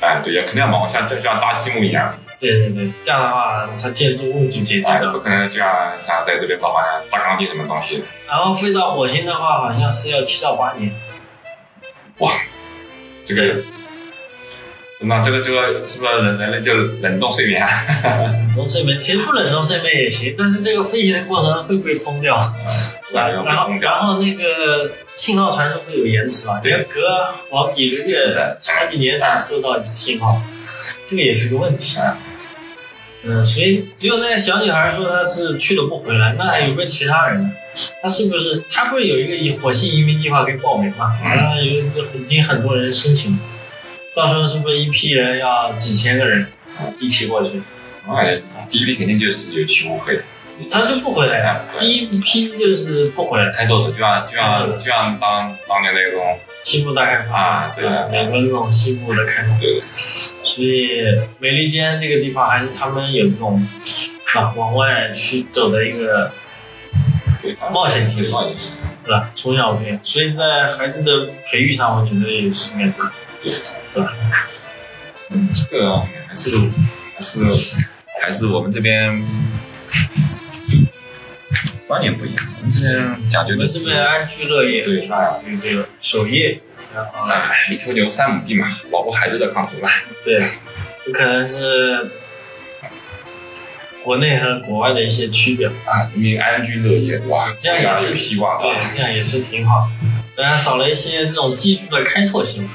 Speaker 2: 哎，对呀，肯定要忙，像就像搭积木一样，
Speaker 1: 对对对，这样的话，它建筑物就解决
Speaker 2: 哎，
Speaker 1: 了。
Speaker 2: 不可能就像像在这边造反啊，砸钢筋什么东西，
Speaker 1: 然后飞到火星的话，好像是要七到八年。
Speaker 2: 这个。那这个这个是不是人人类就冷冻睡眠啊？
Speaker 1: 冷冻睡眠其实不冷冻睡眠也行，但是这个飞行的过程会不会疯掉？
Speaker 2: 然
Speaker 1: 然
Speaker 2: 后
Speaker 1: 后然后那个信号传输会有延迟吧？
Speaker 2: 对
Speaker 1: 因为隔好几个
Speaker 2: 是
Speaker 1: 月
Speaker 2: 的、
Speaker 1: 好几年才收到信号，这个也是个问题
Speaker 2: 嗯。
Speaker 1: 嗯，所以只有那个小女孩说她是去了不回来，那还有个其他人呢？她是不是她不是有一个以火星移民计划可以报名嘛？
Speaker 2: 嗯
Speaker 1: 然后有已经很多人申请了，到时候是不是一批人要几千个人一起过去？
Speaker 2: 我感觉哎第一批肯定就是有去无回的。
Speaker 1: 她就不回来呀，
Speaker 2: 哎
Speaker 1: 第一批就是不回来。
Speaker 2: 开拓者就像就像就像当当年那种
Speaker 1: 西部大开发
Speaker 2: 啊对
Speaker 1: 美国这种西部的开发，
Speaker 2: 对
Speaker 1: 所以美利坚这个地方还是他们有这种啊往外去走的一个
Speaker 2: 对
Speaker 1: 冒险精神
Speaker 2: 少年时，
Speaker 1: 对吧？从小培养，所以在孩子的培育上，我觉得也是应该做，对吧？
Speaker 2: 嗯，这个还是还是还是我们这边观念不一样，我们这边嗯讲
Speaker 1: 我
Speaker 2: 究的
Speaker 1: 们这
Speaker 2: 是
Speaker 1: 边安居乐业，
Speaker 2: 对
Speaker 1: 吧？这个这个守业，然后
Speaker 2: 哎，一头牛三亩地嘛，保护孩子的康复嘛。
Speaker 1: 对，这可能是国内和国外的一些区别吧。
Speaker 2: 啊，人民安居乐业，哇，
Speaker 1: 这样也是
Speaker 2: 是希望
Speaker 1: 对
Speaker 2: 啊。，
Speaker 1: 这样也是挺好。当然少了一些这种技术的开拓性。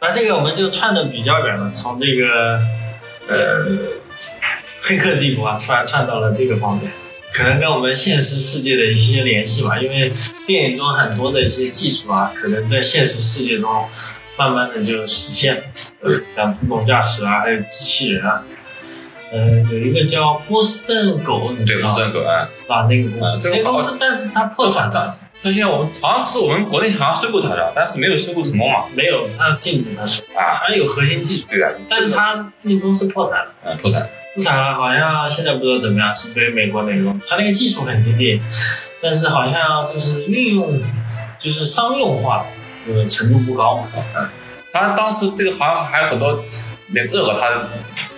Speaker 1: 那这个我们就串的比较远了，从这个呃《黑客帝国》啊，串串到了这个方面，可能跟我们现实世界的一些联系吧。因为电影中很多的一些技术啊，可能在现实世界中慢慢的就实现了，呃
Speaker 2: 对
Speaker 1: 像自动驾驶啊，还有机器人啊。嗯、有一个叫波士顿狗，你知
Speaker 2: 对，
Speaker 1: 道
Speaker 2: 不
Speaker 1: 吗
Speaker 2: 是很可爱。
Speaker 1: 啊，那个公司，
Speaker 2: 啊这个
Speaker 1: 那个
Speaker 2: 好
Speaker 1: 公司，但是它破产了。
Speaker 2: 但现在我们好像是我们国内好像收购它的，但是没有收购成功嘛。
Speaker 1: 没有，它禁止它收，
Speaker 2: 啊，
Speaker 1: 它有核心技术，
Speaker 2: 对的，
Speaker 1: 但是它自己公司破产了，
Speaker 2: 嗯破产。
Speaker 1: 破产了，好像现在不知道怎么样，是被美国那个，它那个技术很先进，但是好像就是运用，就是商用化，呃，程度不高嘛。
Speaker 2: 他当时这个好像还有很多那个恶搞他，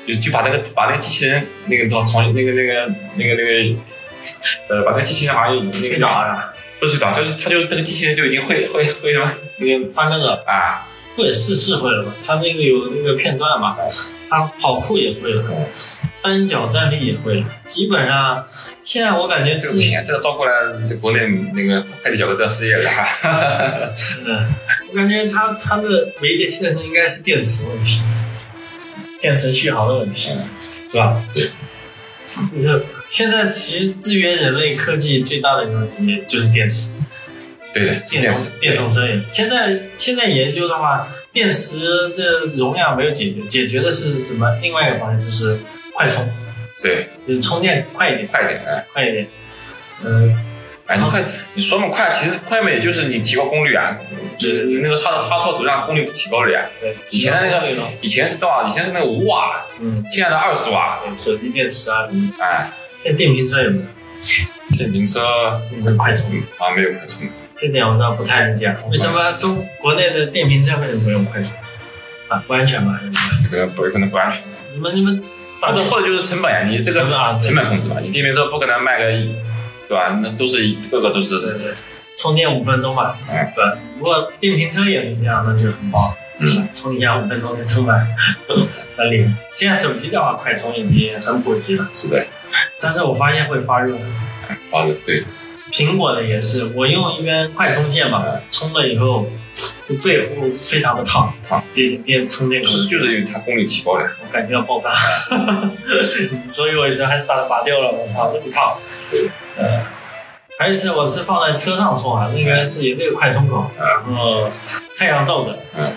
Speaker 2: 就就把那个把那个机器人那个从从那个那个那个那个呃，把那个机器人好像那
Speaker 1: 这
Speaker 2: 个
Speaker 1: 个啊，
Speaker 2: 不是导，就是他就是这个机器人就已经会会会什么那个
Speaker 1: 翻那个
Speaker 2: 啊，
Speaker 1: 会是是会了嘛，它那个有那个片段嘛，它跑酷也会了，单脚站立也会了，基本上现在我感觉
Speaker 2: 这
Speaker 1: 自
Speaker 2: 个不
Speaker 1: 己。
Speaker 2: 行，这个照过来这国内那个快递小哥都要失业了哈哈。
Speaker 1: 嗯，我感觉它它的没联系的应该是电池问题，电池续航的问题，是吧？
Speaker 2: (laughs) 对。
Speaker 1: 现在其实制约人类科技最大的一个问题就是电池，
Speaker 2: 对的，是
Speaker 1: 电
Speaker 2: 电
Speaker 1: 动
Speaker 2: 池，
Speaker 1: 电动车也。现在现在研究的话，电池的容量没有解决，解决的是什么？另外一个方向就是快充，
Speaker 2: 对，
Speaker 1: 就是充电快一点，
Speaker 2: 快点哎。
Speaker 1: 快一点。嗯，
Speaker 2: 哎，你快，你说嘛快，其实快嘛，也就是你提高功率啊，就是你那个插插头头上功率提高了呀。
Speaker 1: 对，
Speaker 2: 以前的那个
Speaker 1: 那种，
Speaker 2: 以前是多少？以前是那个五瓦，
Speaker 1: 嗯，
Speaker 2: 现在的二十瓦。
Speaker 1: 对手机电池啊什么的，
Speaker 2: 哎，
Speaker 1: 现在电瓶车有没有？
Speaker 2: 电瓶车
Speaker 1: 嗯，快充。
Speaker 2: 嗯啊没有快充，
Speaker 1: 这点我倒不太理解，为什么中国内的电瓶车为什么不用快充啊？不安全吧？
Speaker 2: 可能不可能不安全。
Speaker 1: 你们你们
Speaker 2: 或者或者就是成本呀，你这
Speaker 1: 成
Speaker 2: 个
Speaker 1: 本啊，
Speaker 2: 成本控制吧，你电瓶车不可能卖个一，对吧？那都是一个个都是
Speaker 1: 对对对，充电五分钟吧，
Speaker 2: 哎
Speaker 1: 对。如果电瓶车也能这样，那就很棒。
Speaker 2: 嗯，
Speaker 1: 充一下五分钟就充满，很厉害。现在手机的话，快充已经很普及了，
Speaker 2: 嗯是的，
Speaker 1: 但是我发现会发热。
Speaker 2: 啊对，
Speaker 1: 苹果的也是，我用一根快充线嘛，充了以后，就背后非常的烫，
Speaker 2: 烫，
Speaker 1: 接近电充电
Speaker 2: 就
Speaker 1: 口。
Speaker 2: 是就是因为它功率提高了，
Speaker 1: 我感觉要爆炸， (laughs) 所以我已经还是把它拔掉了。我操，这么烫！呃，还有一次我是放在车上充啊，那个是也是个快充口，然后太阳照着，
Speaker 2: 嗯，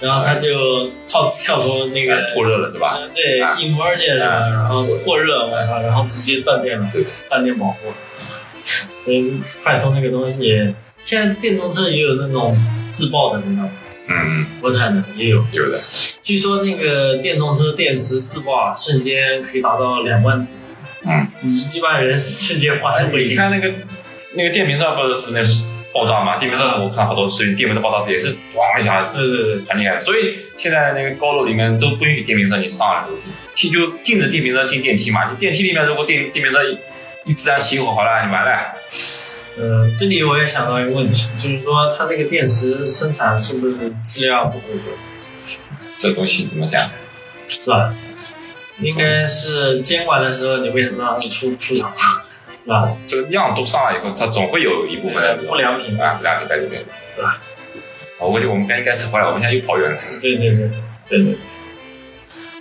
Speaker 1: 然后它就跳跳出那个
Speaker 2: 过热啊了，对吧？
Speaker 1: 呃对 emergency，然啊后过热，我操，然后直接断电了
Speaker 2: 对，
Speaker 1: 断电保护。所以快充这个东西，现在电动车也有那种自爆的那种
Speaker 2: 嗯，
Speaker 1: 国产的也有。
Speaker 2: 有的，
Speaker 1: 据说那个电动车电池自爆啊，瞬间可以达到两万，
Speaker 2: 嗯，
Speaker 1: 一般人瞬间化
Speaker 2: 哎
Speaker 1: 成灰
Speaker 2: 你
Speaker 1: 烬。
Speaker 2: 看那个那个电瓶车不是那个爆炸吗？电瓶车我看好多视频，电瓶车爆炸也是咣一下
Speaker 1: 对对对，
Speaker 2: 很厉害，所以现在那个高楼里面都不允许电瓶车你上来，禁就禁止电瓶车进电梯嘛。你电梯里面如果电电瓶车一一自燃起火，好了，你完了。
Speaker 1: 呃，这里我也想到一个问题，就是说它这个电池生产是不是质量不合格，
Speaker 2: 这东西怎么讲？
Speaker 1: 是吧？应该是监管的时候，你为什么让它出出厂，是吧？
Speaker 2: 这个量都上来以后，它总会有一部分
Speaker 1: 不良品牌，
Speaker 2: 啊不良品在里面。
Speaker 1: 对吧
Speaker 2: 好我觉得我们该应该扯回来，我们现在又跑远了。
Speaker 1: 对对对对对，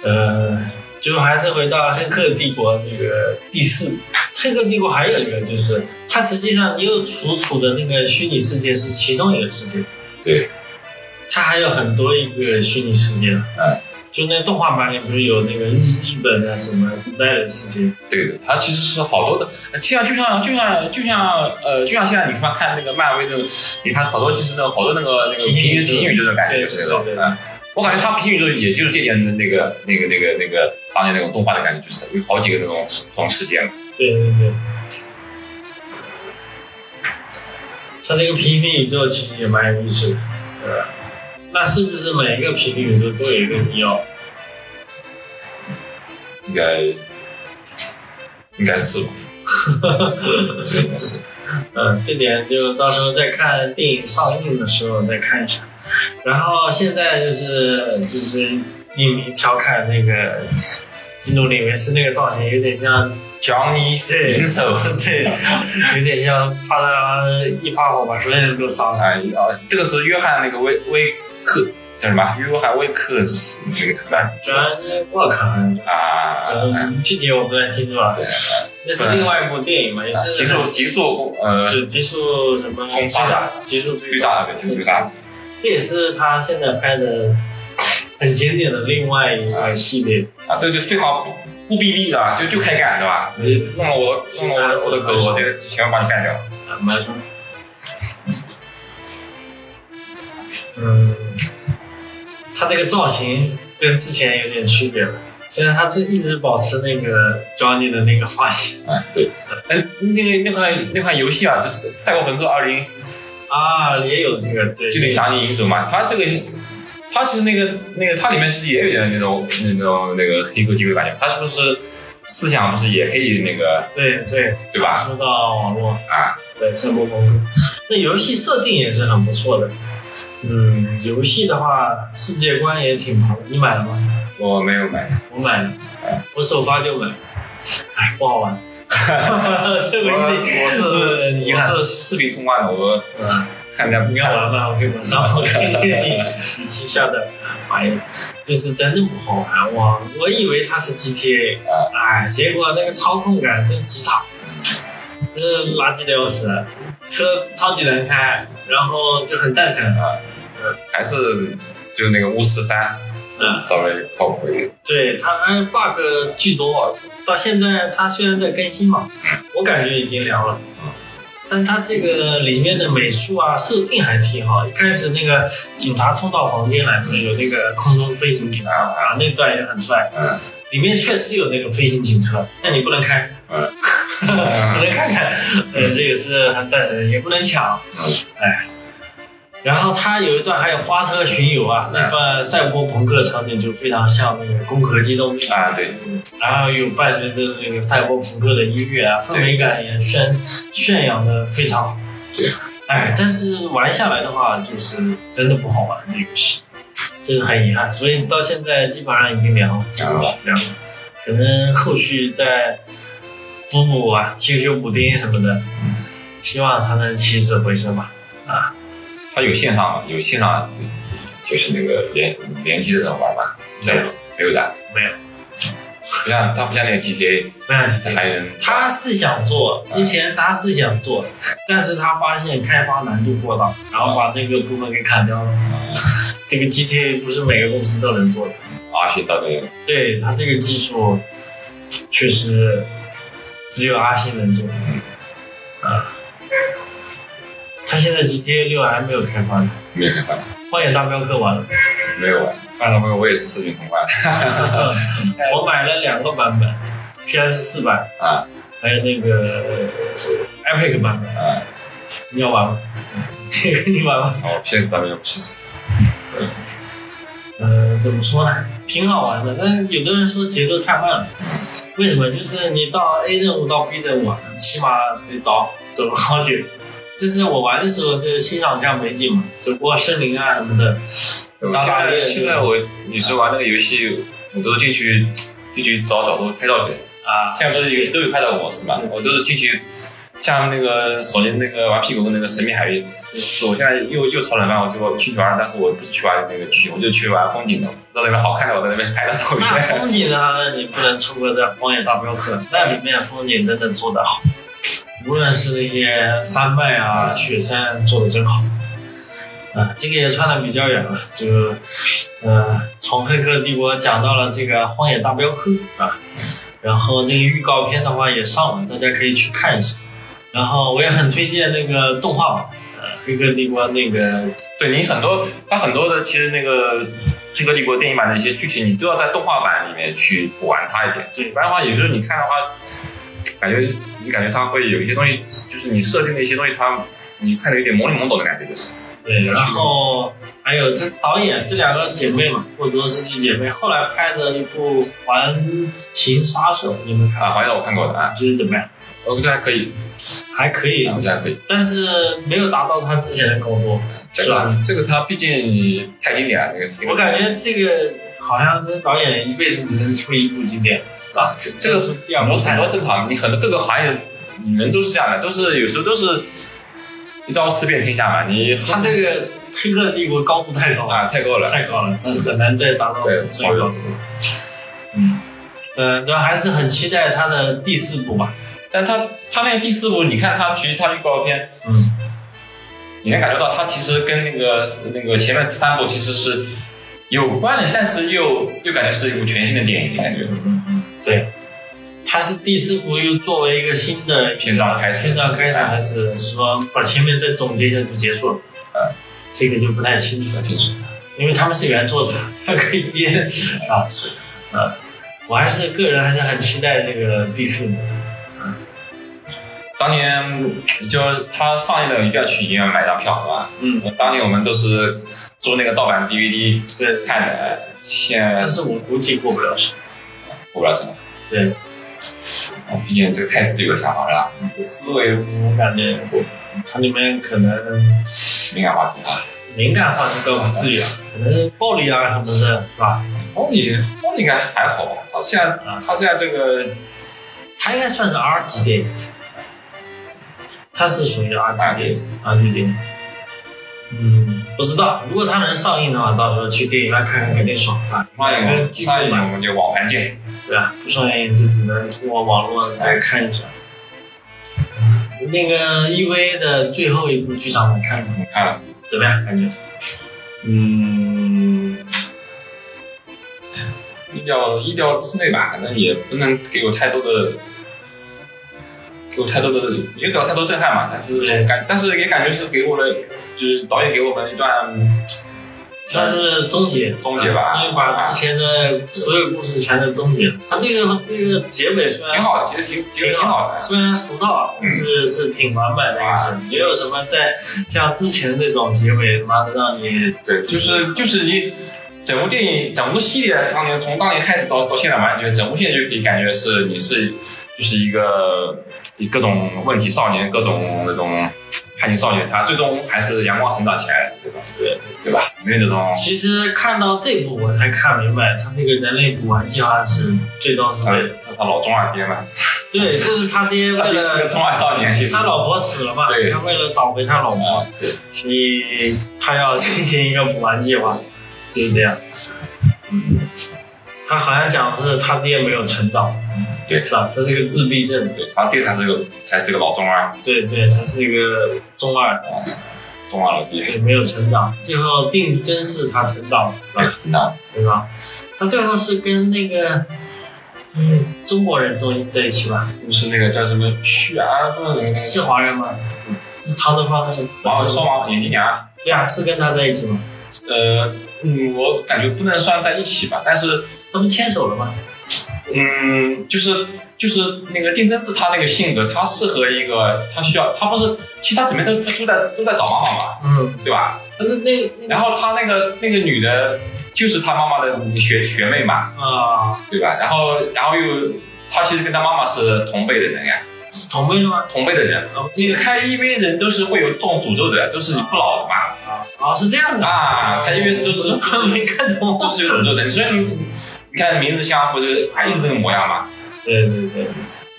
Speaker 1: 呃，就还是回到《黑客帝国》这个第四，《黑客帝国》还有一个就是，它实际上又处处的那个虚拟世界是其中一个世界，
Speaker 2: 对，
Speaker 1: 它还有很多一个虚拟世界，
Speaker 2: 嗯，
Speaker 1: 就那动画版里不是有那个日日本的什么古代的世界，
Speaker 2: 对的，它其实是好多的，呃就像就像就像就像呃，就像现在你他妈看那个漫威那个，你看好多就是那个好多那个那个
Speaker 1: 平行
Speaker 2: 平
Speaker 1: 宇宙
Speaker 2: 平行宇宙的感觉，就是那种
Speaker 1: 对对对
Speaker 2: 嗯，我感觉它平行宇宙也就是借鉴的那个那个那个那个当年那种动画的感觉，就是有好几个那种这种世界嘛。
Speaker 1: 对对对。它这个平行宇宙其实也蛮有意思的，对吧？那是不是每个平行宇宙都有一个你要？
Speaker 2: 应该应该是吧，我觉得应该是。
Speaker 1: 嗯，这点就到时候再看电影上映的时候再看一下。然后现在就是就是影迷调侃那个基努里维斯那个造型有点像，
Speaker 2: Johnny
Speaker 1: 对 (laughs)
Speaker 2: 银手，
Speaker 1: 对，有点像怕他一发火把所有人都杀了。
Speaker 2: 啊啊，这个时候约翰那个威威克叫什么？约翰威克是那个
Speaker 1: 反正我靠，
Speaker 2: 啊，
Speaker 1: 嗯，具体我不太清楚啊。
Speaker 2: 对，
Speaker 1: 这是另外一部电影嘛，也是
Speaker 2: 极速极速攻呃
Speaker 1: 就极速什么
Speaker 2: 攻杀战，
Speaker 1: 极速
Speaker 2: 追杀对，极速追杀，
Speaker 1: 这也是他现在拍的很经典的另外一个系列。
Speaker 2: 啊，这个就最好不不必利了，就就开干对吧？
Speaker 1: 嗯
Speaker 2: 弄了我弄了我的我的狗，我得全部把你干掉。
Speaker 1: 啊，蛮爽。嗯，他这个造型跟之前有点区别了。虽然他这一直保持那个 Johnny 的那个发型
Speaker 2: 啊，对，哎，那个那款那款游戏啊，就是《赛博朋克二零
Speaker 1: 啊，也有这个对，
Speaker 2: 就那强尼银手嘛，它这个它其实那个那个它里面其实也有点那种那种那个黑科技的感觉，它是不是思想不是也可以那个
Speaker 1: 对对，
Speaker 2: 对吧？
Speaker 1: 说到网络
Speaker 2: 啊，
Speaker 1: 对，赛博朋克，那游戏设定也是很不错的。嗯，游戏的话，世界观也挺好的。你买了吗？
Speaker 2: 我没有买，
Speaker 1: 我买了，我首发就买了。哎，不好玩。这
Speaker 2: 我
Speaker 1: 个一定
Speaker 2: 我是
Speaker 1: 嗯遗憾
Speaker 2: 我是视频通关的，我
Speaker 1: 嗯，
Speaker 2: 看人家不
Speaker 1: 你要玩吗？我可以玩到，我可以建议你旗下的玩意，就是真的不好玩。我我以为它是 GTA，
Speaker 2: 啊
Speaker 1: 哎，结果那个操控感真极差，真是垃圾的要死，车超级难开，然后就很蛋疼。
Speaker 2: 还是就那个巫师三，
Speaker 1: 嗯
Speaker 2: 稍微靠谱一点。
Speaker 1: 对它哎 bug 巨多，啊到现在它虽然在更新嘛，我感觉已经凉了。嗯但它这个里面的美术啊设定还挺好，一开始那个警察冲到房间来，不是有那个空中飞行警察啊，那段也很帅。
Speaker 2: 嗯，
Speaker 1: 里面确实有那个飞行警车，但你不能开，
Speaker 2: 嗯
Speaker 1: 只能看看。呃，这个是很蛋疼，也不能抢
Speaker 2: 嗯。
Speaker 1: 哎，然后它有一段还有花车巡游
Speaker 2: 嗯
Speaker 1: 啊，那段赛博朋克场景就非常像那个《攻壳机动队》
Speaker 2: 啊，对，
Speaker 1: 然后又伴随着这个赛博朋克的音乐啊，氛围感也宣宣扬的非常好。
Speaker 2: 对，
Speaker 1: 哎，但是玩下来的话，就是真的不好玩这游戏，这是很遗憾。所以到现在基本上已经凉了，
Speaker 2: 凉了
Speaker 1: 凉了。可能后续再补补啊，修修补丁什么的，希望它能起死回生吧。啊，
Speaker 2: 它有线上嘛，有线上就是那个联联机的那种玩嘛，没有没有的，
Speaker 1: 没有，
Speaker 2: 不像它不像那个 GTA，
Speaker 1: 那几
Speaker 2: 它
Speaker 1: 天
Speaker 2: 还有人
Speaker 1: 他是想做，之前他是想做，但是他发现开发难度过大，然后把那个部分给砍掉了。 (laughs) 这个 GTA 不是每个公司都能做的，
Speaker 2: 阿信到那个
Speaker 1: 对他这个技术确实只有阿信能做。啊，他现在 GTA 六还没有开发呢，
Speaker 2: 没有开发，
Speaker 1: 荒野大镖客完了，
Speaker 2: 没有玩，反正我也是视频通关
Speaker 1: (laughs) 我买了两个版本，PS 四版
Speaker 2: 啊
Speaker 1: 还有那个呃 Epic 版本，
Speaker 2: 啊，
Speaker 1: 你要玩吗？ (laughs) 这个你玩吗？
Speaker 2: 然后 PS 到那个 PS
Speaker 1: 嗯，怎么说呢，挺好玩的。但是有的人说节奏太慢了，为什么？就是你到 A 任务到 B 任务，啊，起码得早走好久。就是我玩的时候，就是欣赏一下美景嘛，走过森林啊什么的。
Speaker 2: 我现
Speaker 1: 当
Speaker 2: 在
Speaker 1: 然
Speaker 2: 现在我有时候玩那个游戏，我都进去进去找找都拍照去。
Speaker 1: 啊，
Speaker 2: 现在不是有都有拍照模式嘛
Speaker 1: 对？
Speaker 2: 我都是进去，像那个索尼那个玩屁股的那个神秘海域，是我现在又又超人玩，我就进去玩，但是我不是去玩那个剧，我就去玩风景的，到那边好看的我在那边拍张照
Speaker 1: 那
Speaker 2: 片。
Speaker 1: 风景啥的你不能错过在《荒野大镖客》，那里面风景真的做得好，无论是那些山脉啊、雪山做得真好。啊，这个也穿的比较远了，就呃，从《黑客帝国》讲到了这个《荒野大镖客》啊，然后这个预告片的话也上了，大家可以去看一下。然后我也很推荐那个动画版，呃，《黑客帝国》那个
Speaker 2: 对你很多，它很多的其实那个《黑客帝国》电影版的一些剧情，你都要在动画版里面去补完它一点。
Speaker 1: 对
Speaker 2: 不然的话，有时候你看的话，感觉你感觉它会有一些东西，就是你设定的一些东西，它你看着有点懵里懵懂的感觉，就是
Speaker 1: 对，然后还有这导演这两个姐妹嘛，或者说是姐妹，后来拍的一部《环形杀手》，你们看
Speaker 2: 啊，
Speaker 1: 吗？
Speaker 2: 好像我看过的啊，
Speaker 1: 觉得怎么样？
Speaker 2: 我觉得还可以，
Speaker 1: 还可以
Speaker 2: 啊，我觉得还可以。
Speaker 1: 但是没有达到他之前的高度。
Speaker 2: 这
Speaker 1: 是
Speaker 2: 个
Speaker 1: 吧
Speaker 2: 这个它毕竟太经典了，这个
Speaker 1: 我感觉这个好像这导演一辈子只能出一部经典，
Speaker 2: 啊，这这个嗯
Speaker 1: 第二
Speaker 2: 很
Speaker 1: 部
Speaker 2: 多很
Speaker 1: 太
Speaker 2: 多正常，你很多各个行业人都是这样的，都是有时候都是一招吃遍天下嘛，你
Speaker 1: 他这个《黑客帝国》高度太高了。
Speaker 2: 啊太够了，
Speaker 1: 太高了，是很难再达到
Speaker 2: 对
Speaker 1: 最高的。
Speaker 2: 嗯，
Speaker 1: 呃，然后还是很期待他的第四部吧。
Speaker 2: 但他他那个第四部，你看他其实他预告片，
Speaker 1: 嗯，
Speaker 2: 你能感觉到他其实跟那个那个前面三部其实是有关联，但是又又感觉是一部全新的电影感觉。
Speaker 1: 对，他是第四部又作为一个新的
Speaker 2: 篇章开始
Speaker 1: 篇章开始还是说把前面再总结一下就结束了？呃
Speaker 2: 嗯，
Speaker 1: 这个就不太清楚了，
Speaker 2: 清楚。
Speaker 1: 因为他们是原作者，他可以编啊。呃，我还是个人还是很期待这个第四部。
Speaker 2: 当年就是他上映了，一定要去影院买张票，是吧？
Speaker 1: 嗯，
Speaker 2: 当年我们都是做那个盗版 DVD
Speaker 1: 对，
Speaker 2: 看的，现在
Speaker 1: 但是我估计过不了审。
Speaker 2: 我不知道什么。
Speaker 1: 对，
Speaker 2: 哦毕竟这个太自由的想法了啊，这思维
Speaker 1: 我感觉我它里面可能
Speaker 2: 敏感话题啊。
Speaker 1: 敏感话题倒不至于啊，可能暴力啊什么的，是吧？
Speaker 2: 猫你猫你应该还好吧？他现在
Speaker 1: 啊
Speaker 2: 他现在这个
Speaker 1: 它应该算是 R 级电影，它是属于 R 级电影，R 级电影。嗯，不知道，如果它能上映的话，到时候去电影院看看肯定爽啊！
Speaker 2: 上一
Speaker 1: 跟
Speaker 2: 个
Speaker 1: 剧
Speaker 2: 上一个
Speaker 1: 嘛，
Speaker 2: 我们就网盘见。
Speaker 1: 对吧？不上映就只能通过网络来看一下。那个 EVA 的最后一部剧场版看了吗
Speaker 2: 你看了，
Speaker 1: 怎么样？感觉？
Speaker 2: 嗯，意料意料之内吧，那也不能给我太多的。给我太多的，也给我太多震撼嘛，但是
Speaker 1: 对
Speaker 2: 感，但是也感觉是给我了，就是导演给我们一段
Speaker 1: 算是终结，
Speaker 2: 终结吧
Speaker 1: 终于把之前的所有故事全都终结了。他这个这个结尾虽然
Speaker 2: 挺好的，其实挺其实挺
Speaker 1: 挺
Speaker 2: 好的，
Speaker 1: 虽然俗套，但是是挺完满的一个结尾，没有什么在像之前那种结尾，妈的让你
Speaker 2: 对，就是就是你整部电影整部系列，当年从当年开始到到现在完，你就整部系列就可以感觉是你是就是一个以各种问题少年，各种那种叛逆少年，他最终还是阳光成长起来的，这种对对吧？没有那种
Speaker 1: 其实看到这部我才看明白，他那个人类补完计划是最终是
Speaker 2: 他
Speaker 1: 为了
Speaker 2: 他老中二爹嘛，
Speaker 1: 对，就是他爹
Speaker 2: 他
Speaker 1: 为
Speaker 2: 爹是个
Speaker 1: 了
Speaker 2: 中二少年，其实
Speaker 1: 他老婆死了嘛，
Speaker 2: 对
Speaker 1: 他为了找回他老婆，
Speaker 2: 啊，对，
Speaker 1: 所以他要进行一个补完计划，就是这样。他好像讲的是他爹没有成长，
Speaker 2: 对
Speaker 1: 是吧？这是个自闭症，
Speaker 2: 对他爹才是个才是个老中二，
Speaker 1: 对对，他是一个中二，
Speaker 2: 中二老爹，
Speaker 1: 也没有成长。最后定真是他成长，
Speaker 2: 哎 (laughs)
Speaker 1: 了，
Speaker 2: (laughs) 真的
Speaker 1: 对吧？他最后是跟那个嗯中国人终于在一起吧？
Speaker 2: 就是那个叫什么旭啊，不是那个那
Speaker 1: 是
Speaker 2: 个
Speaker 1: 华人吗？
Speaker 2: 嗯
Speaker 1: 长头发那个
Speaker 2: 王文松啊，尹迪娘。
Speaker 1: 对啊，是跟他在一起吗？
Speaker 2: 呃，嗯，我感觉不能算在一起吧，但是，
Speaker 1: 他们牵手了吗？
Speaker 2: 嗯，就是就是那个定真寺他那个性格，他适合一个他需要，他不是，其实他怎么都他都在都在找妈妈嘛，
Speaker 1: 嗯，
Speaker 2: 对吧？
Speaker 1: 那那那
Speaker 2: 然后他那个那个女的，就是他妈妈的学学妹嘛，
Speaker 1: 啊，
Speaker 2: 对吧？然后然后又他其实跟他妈妈是同辈的人呀，
Speaker 1: 是同辈的吗？
Speaker 2: 同辈的人。
Speaker 1: 哦
Speaker 2: 那个开 EV 的人都是会有这种诅咒的，都是你不老的嘛
Speaker 1: 啊，哦是这样的
Speaker 2: 啊，开 EV 是都是
Speaker 1: 我 (laughs) 没看懂。
Speaker 2: 就是有诅咒的，所以你你看名字像不是还一直这个模样嘛？
Speaker 1: 对对对，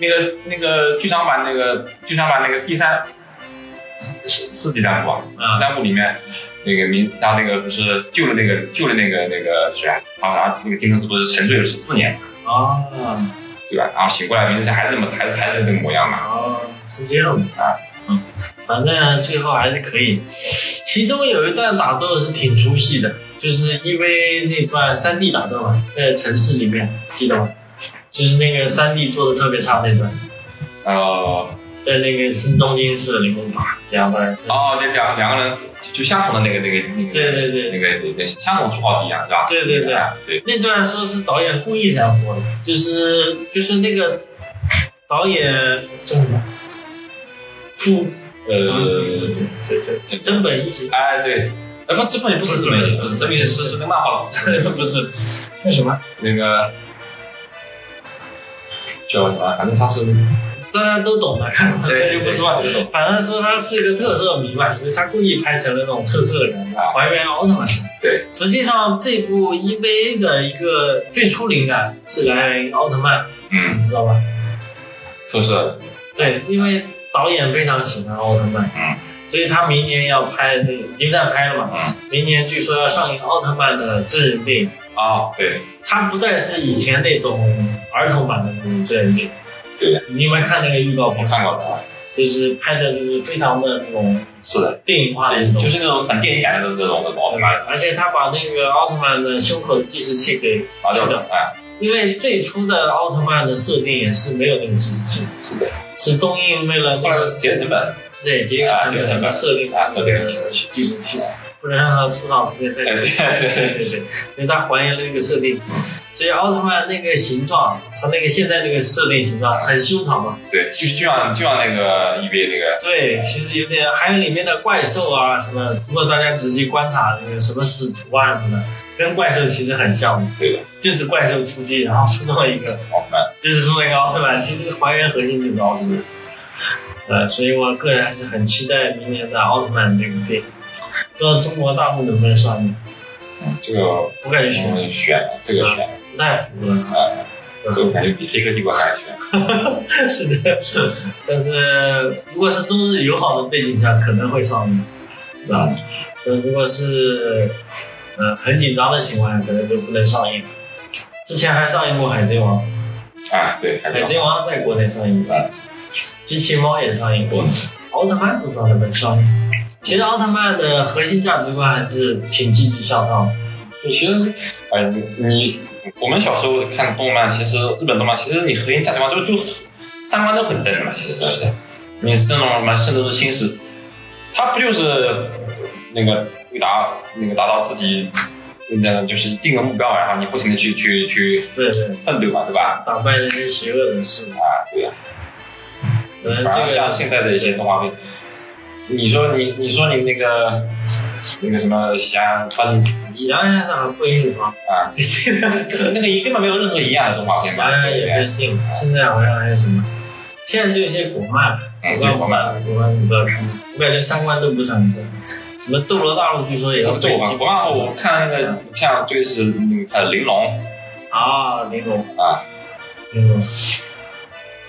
Speaker 2: 那个那个剧场版那个剧场版那个第三是是第三部吧？
Speaker 1: 嗯
Speaker 2: 第三部里面那个明他那个不是救了那个救了那个那个谁啊？然后然后那个丁真是不是沉醉了十四年嘛
Speaker 1: 啊，
Speaker 2: 对吧？然后醒过来，明子还是这么还是还是那个模样嘛？
Speaker 1: 哦，是这样的
Speaker 2: 啊，
Speaker 1: 嗯，反正最后还是可以。其中有一段打斗是挺出戏的，就是因为那段三 D 打斗嘛，在城市里面，记得吗？就是那个三 D 做的特别差那段，
Speaker 2: 呃，
Speaker 1: 在那个新东京市里面打两段，
Speaker 2: 哦，就讲两个人就就相同的那个那个那个
Speaker 1: 对对对
Speaker 2: 那个那个相同出号题一样是吧？
Speaker 1: 对对对
Speaker 2: 啊对，
Speaker 1: 那段说是导演故意这样播的，嗯就是就是那个导演叫什么？傅嗯
Speaker 2: 呃，
Speaker 1: 这这这真本一行，
Speaker 2: 哎对，哎不，这本也不是这本，不是这本是是那个漫画老师，
Speaker 1: (laughs) 不是叫什么？
Speaker 2: 那个叫什么？啊反正他是嗯
Speaker 1: 大家都懂的，看 (laughs)
Speaker 2: 对
Speaker 1: 就不说了。反正说他是一个特色迷嘛，因为他故意拍成了那种特色的感觉，
Speaker 2: 啊
Speaker 1: 还原奥特曼。
Speaker 2: 对，
Speaker 1: 实际上这部 EVA 的一个最初灵感是来源于奥特曼，
Speaker 2: 嗯，
Speaker 1: 你知道吧？
Speaker 2: 特色，
Speaker 1: 对，因为导演非常喜欢奥特曼，
Speaker 2: 嗯，
Speaker 1: 所以他明年要拍，已经在拍了嘛，
Speaker 2: 嗯
Speaker 1: 明年据说要上映奥特曼的真人电影，
Speaker 2: 啊，对，
Speaker 1: 它不再是以前那种儿童版的那种真人电影。
Speaker 2: 对的，
Speaker 1: 你有没有看那个预告
Speaker 2: 我
Speaker 1: 片？
Speaker 2: 看过了啊，
Speaker 1: 就是拍的就是非常的那种
Speaker 2: 是的，
Speaker 1: 电影化的那种，
Speaker 2: 就是那种很电影感的那种那种奥特曼，
Speaker 1: 而且他把那个奥特曼的胸口的计时器给，
Speaker 2: 啊，对，哎，
Speaker 1: 因为最初的奥特曼的设定也是没有那个计时器，
Speaker 2: 是的，
Speaker 1: 是东映为了
Speaker 2: 后来节省成本，
Speaker 1: 对节约成本而设定
Speaker 2: 啊，是
Speaker 1: 设
Speaker 2: 的
Speaker 1: 定，计时器，计时器，不能让它出场时间太长
Speaker 2: 哎，对。
Speaker 1: 对对
Speaker 2: 对
Speaker 1: 对，
Speaker 2: 对，
Speaker 1: 所以它还原了一个设定，所以奥特曼那个形状，它那个现在这个设定形状很修长嘛。
Speaker 2: 对，就就像就像那个 EV 那个，
Speaker 1: 对，其实有点，还有里面的怪兽啊什么，如果大家仔细观察那个什么使徒啊什么的，跟怪兽其实很像的。
Speaker 2: 对的，
Speaker 1: 就是怪兽出击，然后出动一个，
Speaker 2: 奥特曼，
Speaker 1: 就是出动一个奥特曼，其实还原核心就是奥特曼。呃，所以我个人还是很期待明年的奥特曼这个电影，不知道中国大陆能不能上映，
Speaker 2: 嗯，这个
Speaker 1: 我感觉选
Speaker 2: 嗯选这个选，
Speaker 1: 不太符合。
Speaker 2: 哎，
Speaker 1: 嗯
Speaker 2: 这个感觉比黑客帝国还选，
Speaker 1: 是的，但是如果是中日友好的背景下，可能会上映，对
Speaker 2: 嗯
Speaker 1: 吧？呃，如果是呃很紧张的情况下，可能就不能上映。之前还上映过《海贼王》，
Speaker 2: 哎，对，还
Speaker 1: 《海
Speaker 2: 是
Speaker 1: 贼王》在国内上映过，机器猫也上映过，
Speaker 2: 嗯
Speaker 1: 奥特曼不知道能不能上映。其实奥特曼的核心价值观还是挺积极向上的，
Speaker 2: 就其实，哎，你你我们小时候看动漫，其实日本动漫，其实你核心价值观就就三观都很正的嘛，其实是不是？你是那种什么圣斗士星矢，他不就是那个为达那个达到自己那个就是定个目标，然后你不停的去去去
Speaker 1: 对对，
Speaker 2: 奋斗嘛，对吧？
Speaker 1: 打败那些邪恶的势力。
Speaker 2: 啊，对呀、
Speaker 1: 可能
Speaker 2: 反
Speaker 1: 嗯这
Speaker 2: 而
Speaker 1: 个
Speaker 2: 像现在的一些动画片，你说你你说你那个那个什么喜羊穿
Speaker 1: 喜羊羊还不允许放， (laughs)
Speaker 2: 啊，那个一根本没有任何一样的动画片嘛，
Speaker 1: 当然
Speaker 2: 对不
Speaker 1: 也
Speaker 2: 对？
Speaker 1: 是禁了。现在好像还有什么，现在就一些国漫，
Speaker 2: 嗯，对，我们。
Speaker 1: 国漫你不要看，我感觉三观都不是很正。什么《斗罗大陆》据说也
Speaker 2: 这
Speaker 1: 要
Speaker 2: 么做
Speaker 1: 被
Speaker 2: 吧
Speaker 1: 禁，
Speaker 2: 我刚好啊我看那个像最是那个呃玲珑
Speaker 1: 啊，玲珑
Speaker 2: 啊，
Speaker 1: 玲珑，《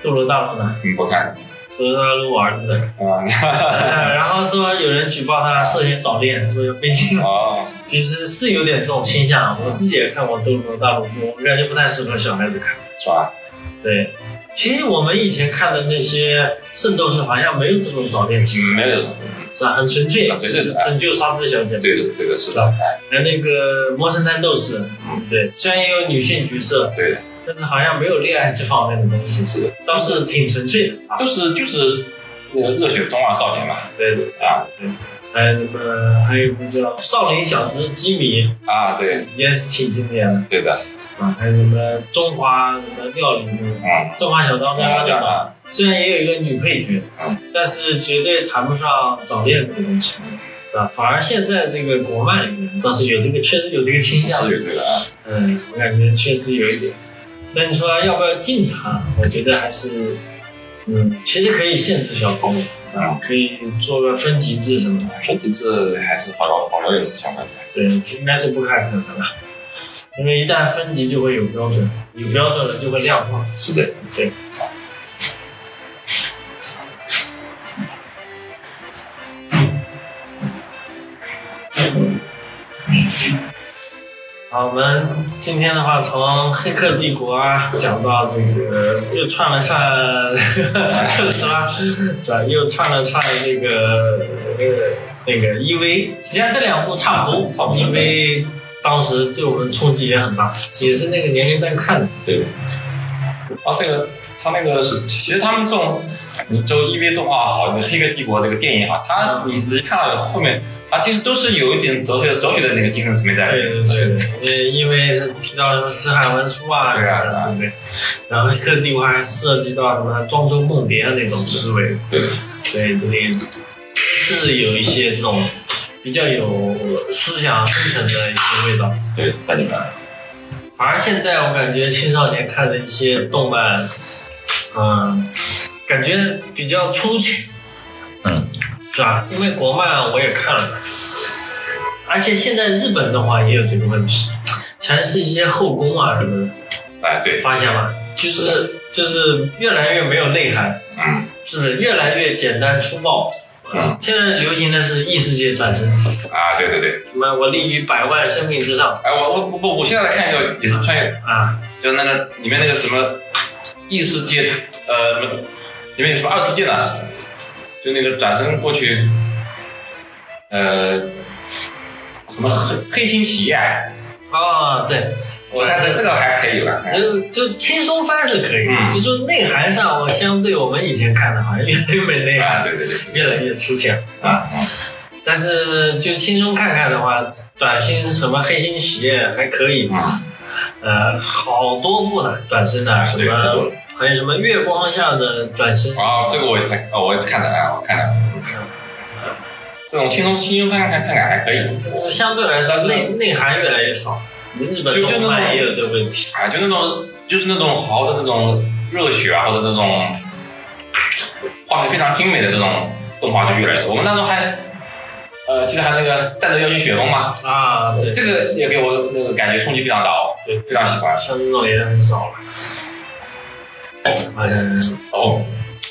Speaker 1: 斗罗大陆》呢？
Speaker 2: 嗯，不看
Speaker 1: 《斗罗大陆》我儿子
Speaker 2: (laughs)
Speaker 1: 的，
Speaker 2: 啊，
Speaker 1: 呃然后说有人举报他涉嫌早恋，说要被禁了。
Speaker 2: 哦，
Speaker 1: 其实是有点这种倾向，啊我自己也看过《斗罗大陆》，我感觉不太适合小孩子看。
Speaker 2: (laughs) 是吧？
Speaker 1: 对，其实我们以前看的那些圣斗士好像没有这种早恋情，
Speaker 2: 嗯，没有，
Speaker 1: 是吧？很纯粹，
Speaker 2: 啊对
Speaker 1: 就是
Speaker 2: 对对
Speaker 1: 拯救沙织小姐。
Speaker 2: 对的，对的，是的，哎，
Speaker 1: 还有那个魔神战斗士，嗯，对，虽然也有女性角色，
Speaker 2: 对的，
Speaker 1: 但是好像没有恋爱这方面的东西，
Speaker 2: 是的，
Speaker 1: 倒是挺纯粹的啊。
Speaker 2: 都是就是那个热血中二少年嘛，
Speaker 1: 对对
Speaker 2: 啊
Speaker 1: 对，还有那个还有一部叫《少林小子基米》，
Speaker 2: 啊，对，
Speaker 1: 也是挺经典的
Speaker 2: 对的，
Speaker 1: 啊。还有什么中华什么料理，
Speaker 2: 嗯，
Speaker 1: 中华小当家对吧？
Speaker 2: 啊，
Speaker 1: 虽然也有一个女配角啊
Speaker 2: 嗯，
Speaker 1: 但是绝对谈不上早恋这个东西，啊，反而现在这个国漫里面倒是有这个，确实有这个倾向，
Speaker 2: 是有对的，啊
Speaker 1: 嗯，我感觉确实有一点。那你说要不要禁它？我觉得还是，嗯，其实可以限制小朋友，啊，可以做个分级制什么的，
Speaker 2: 说哎这次还是好好好多有思想的，
Speaker 1: 对，应该是不太可能的，因为一旦分级就会有标准，有标准了就会量化。
Speaker 2: 是的，
Speaker 1: 对。好，我们今天的话，从《黑客帝国》啊讲到这个，又串了串特斯拉，是吧？又串了串这个那个那个 EV，实际上这两部差不多，
Speaker 2: 差不多
Speaker 1: 因为当时对我们冲击也很大，也是那个年龄段看的。
Speaker 2: 对。然后哦这个他那个是，其实他们这种，你就 EV 动画好，你黑客帝国这个电影好，
Speaker 1: 嗯
Speaker 2: 它你仔细看到后面，它其实都是有一点哲学哲学的那个精神层面在里
Speaker 1: 对
Speaker 2: 面。
Speaker 1: 对对，因为是提到了什么死海文书啊，
Speaker 2: 对啊对啊
Speaker 1: 对不对？然后黑啊客帝国还涉及到什么庄周梦蝶的那种思维，
Speaker 2: 对
Speaker 1: 对，这里是有一些这种比较有思想深层的一些味道。
Speaker 2: 对，在里面。
Speaker 1: 反而现在我感觉青少年看的一些动漫，嗯，感觉比较粗浅，
Speaker 2: 嗯，
Speaker 1: 是吧？因为国漫我也看了，而且现在日本的话也有这个问题，全是一些后宫啊什么的，
Speaker 2: 哎，对，
Speaker 1: 发现吗？就是就是越来越没有内涵，
Speaker 2: 嗯，
Speaker 1: 是不是？越来越简单粗暴。
Speaker 2: 嗯
Speaker 1: 现在流行的是异世界转身，
Speaker 2: 啊，对对对。
Speaker 1: 什么我立于百万生命之上
Speaker 2: 哎，我我我我现在看一个也是穿越，
Speaker 1: 啊，
Speaker 2: 就是那个里面那个什么异世界，呃，什么里面有什么二次界呢？就那个转身过去，呃，什么黑黑心企业啊，
Speaker 1: 哦，对，
Speaker 2: 我但是这个还可以吧？哎
Speaker 1: 就就轻松翻是可以，
Speaker 2: 嗯
Speaker 1: 就说内涵上，我相对我们以前看的，好像越来越没内涵，
Speaker 2: 啊，对对对，
Speaker 1: 越来越粗浅。
Speaker 2: 啊，嗯
Speaker 1: 但是就轻松看看的话，转型什么黑心企业还可以，
Speaker 2: 嗯，
Speaker 1: 呃，好多部呢，转身的什
Speaker 2: 对，很多
Speaker 1: 么，
Speaker 2: 了。
Speaker 1: 还有什么月光下的转身，
Speaker 2: 哦，这个我也在，哦，我也看了，哎，我看了，这种轻松轻松看看看看看还可以，
Speaker 1: 就是嗯相对来说内内涵越来越少。日本
Speaker 2: 就就那
Speaker 1: 动
Speaker 2: 种
Speaker 1: 漫也有这个问题，
Speaker 2: 啊，就那种就是那种好好的那种热血啊，或者那种画面非常精美的这种动画就越来越多。我们那时候还呃，记得还有那个《战斗妖精雪峰》吗？
Speaker 1: 啊，对，
Speaker 2: 这个也给我那个感觉冲击非常大哦，
Speaker 1: 对
Speaker 2: 非常喜欢哎
Speaker 1: 像这种也很少了。嗯，
Speaker 2: 哦。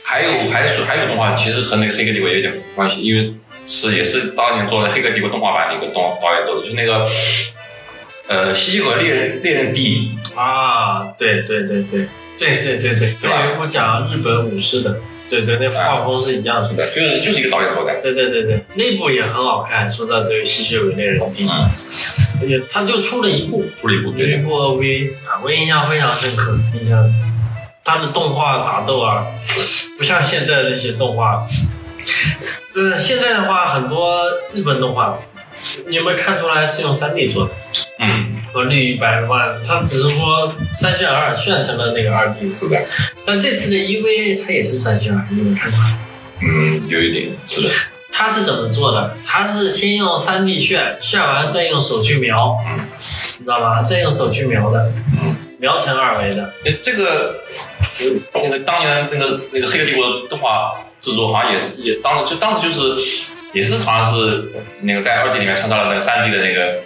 Speaker 2: 还有还有还有动画，其实和那个《黑客帝国》也有点关系，因为是也是当年做的《黑客帝国》动画版的一个动导演做的，就是那个呃《吸血鬼猎人猎人 D
Speaker 1: 啊，对对对对对对对对，
Speaker 2: 吧
Speaker 1: 那有一部讲日本武士的，对对，那画风是一样》，的。
Speaker 2: 是的，就是就是一个导演做的，
Speaker 1: 对对对对，那部也很好看。说到这个吸血鬼猎人 D，
Speaker 2: 嗯，
Speaker 1: 也他就出了一部，
Speaker 2: 出了一部
Speaker 1: 有
Speaker 2: 对
Speaker 1: 一部 OV 啊，我印象非常深刻，印象他的动画打斗啊，不像现在的一些动画。呃，现在的话，很多日本动画，你有没有看出来是用3 D 做的？
Speaker 2: 嗯，
Speaker 1: 和绿百万，它只是说三选二炫成了那个二 D
Speaker 2: 是的。
Speaker 1: 但这次的 EV 它也是三星啊，你们看看，
Speaker 2: 嗯，有一点是的，
Speaker 1: 它是怎么做的？它是先用 3D 炫，炫完再用手去描，
Speaker 2: 嗯
Speaker 1: 你知道吧？再用手去描的，
Speaker 2: 嗯
Speaker 1: 描成二维的。
Speaker 2: 哎，这个呃那个当年那个那个《黑客帝国》动画制作好像也是也当时就当时就是也是好像是那个在二 D 里面创造了那个三 D 的那个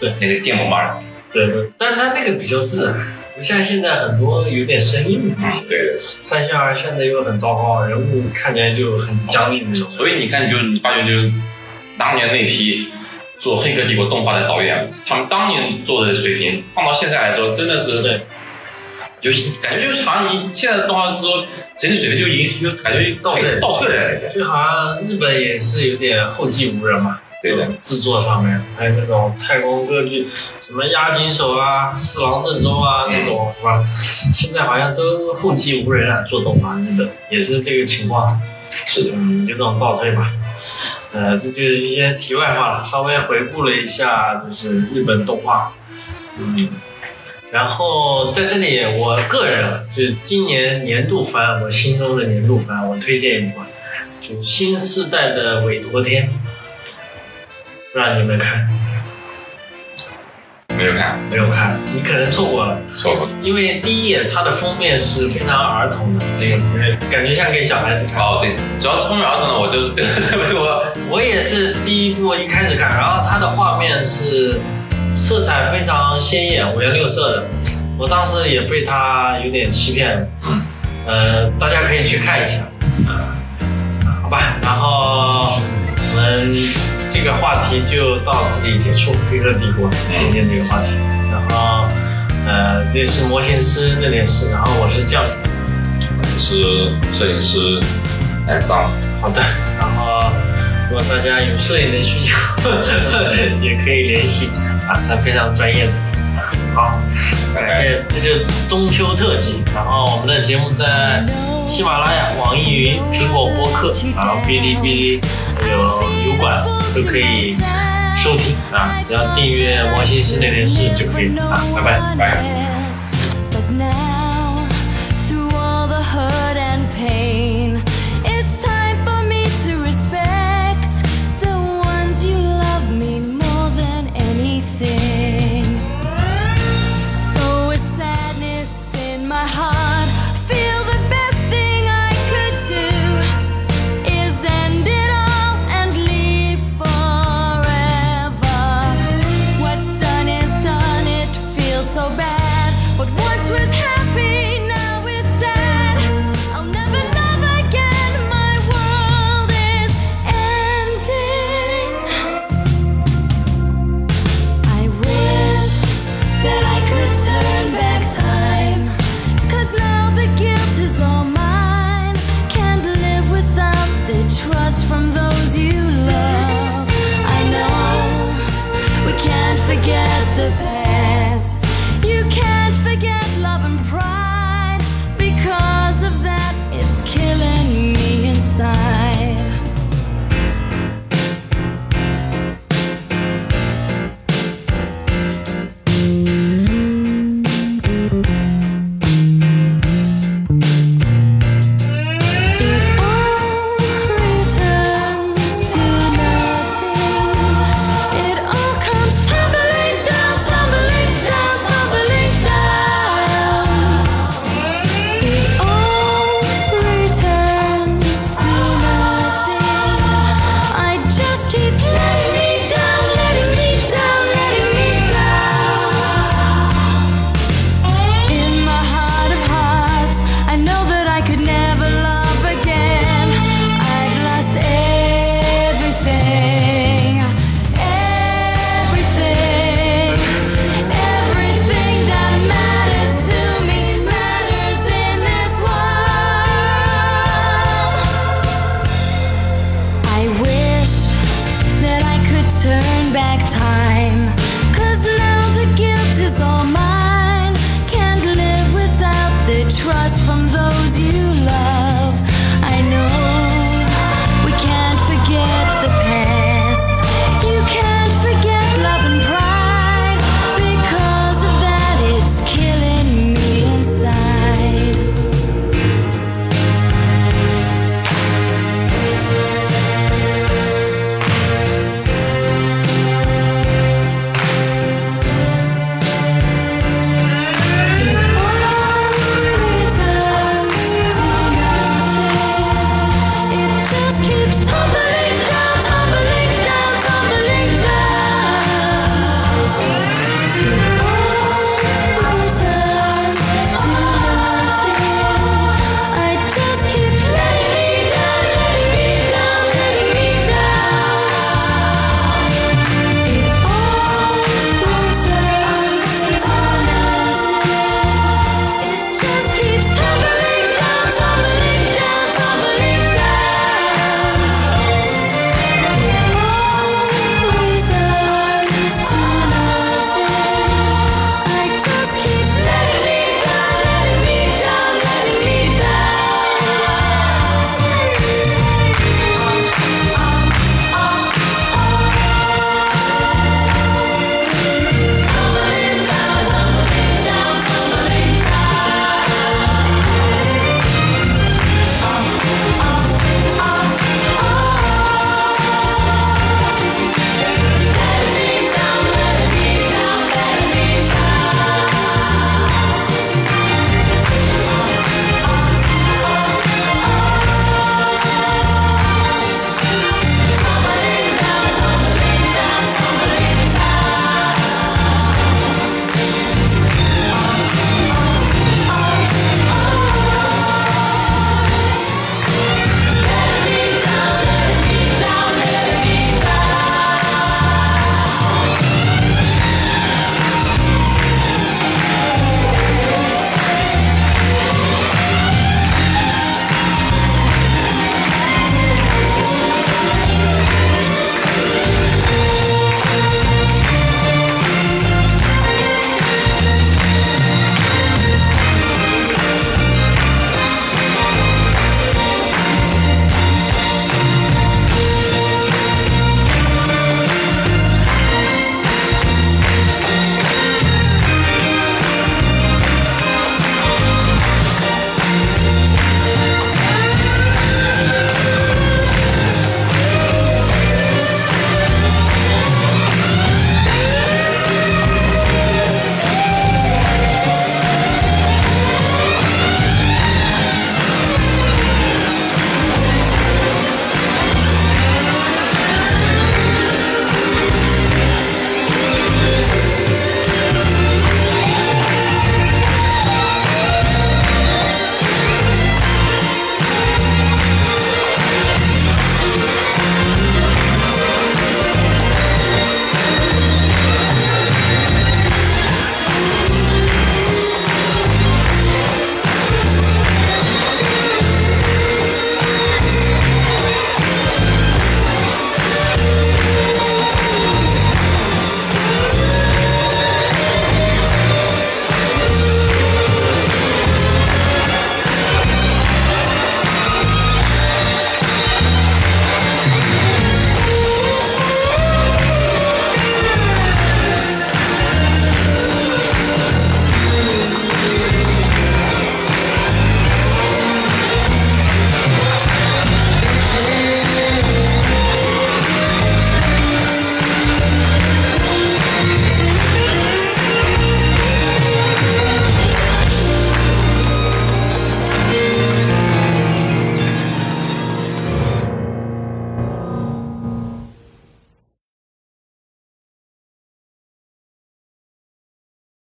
Speaker 1: 对
Speaker 2: 那个建模嘛，
Speaker 1: 对对，但它那个比较自然，不像现在很多有点生硬。
Speaker 2: 嗯，对的。
Speaker 1: 三星二炫的又很糟糕，人物看起来就很僵硬那种。
Speaker 2: 所以你看，就是你发觉就是当年那批做《黑客帝国》动画的导演，他们当年做的水平放到现在来说，真的是
Speaker 1: 对，
Speaker 2: 就是感觉就是好像你现在的动画是说整体水平就已经就感觉
Speaker 1: 倒退
Speaker 2: 倒退了，
Speaker 1: 就好像日本也是有点后继无人嘛。
Speaker 2: 对的。，
Speaker 1: 制作上面，还有那种太空歌剧，什么押井守啊、四郎正宗啊
Speaker 2: 嗯
Speaker 1: 那种，是吧？现在好像都后继无人了、做动画日本也是这个情况，
Speaker 2: 是的，
Speaker 1: 嗯，有这种倒退吧。呃，这就是一些题外话了，稍微回顾了一下就是日本动画，嗯，然后在这里我个人啊就是今年年度番，我心中的年度番，我推荐一款，就是新世代的委托天，不知道你有没有看？
Speaker 2: 没有看，
Speaker 1: 没有看，你可能错过了，
Speaker 2: 说过。
Speaker 1: 因为第一眼它的封面是非常儿童的，
Speaker 2: 嗯，
Speaker 1: 感觉像给小孩子看。
Speaker 2: 哦对，主要是风儿上呢，我就是 (laughs) 对这被我
Speaker 1: 我也是第一部一开始看，然后它的画面是色彩非常鲜艳，五颜六色的。我当时也被它有点欺骗了。
Speaker 2: 嗯
Speaker 1: 呃，大家可以去看一下。啊、好吧，然后我们这个话题就到这里结束，《黑客帝国》今天这个话题。然后，呃，这是模型师那点事，然后我是酱。
Speaker 2: 是摄影师南桑， (laughs)
Speaker 1: 好的，然后如果大家有摄影的需求， (laughs) (coughs) 也可以联系啊，他非常专业的。好，
Speaker 2: 拜拜。
Speaker 1: 这这就是中秋特辑，然后我们的节目在喜马拉雅、网易云、苹果播客，然后哔哩哔哩还有油管都可以收听啊，只要订阅《摩西室内的事》就可以了啊，拜拜。
Speaker 2: 拜拜。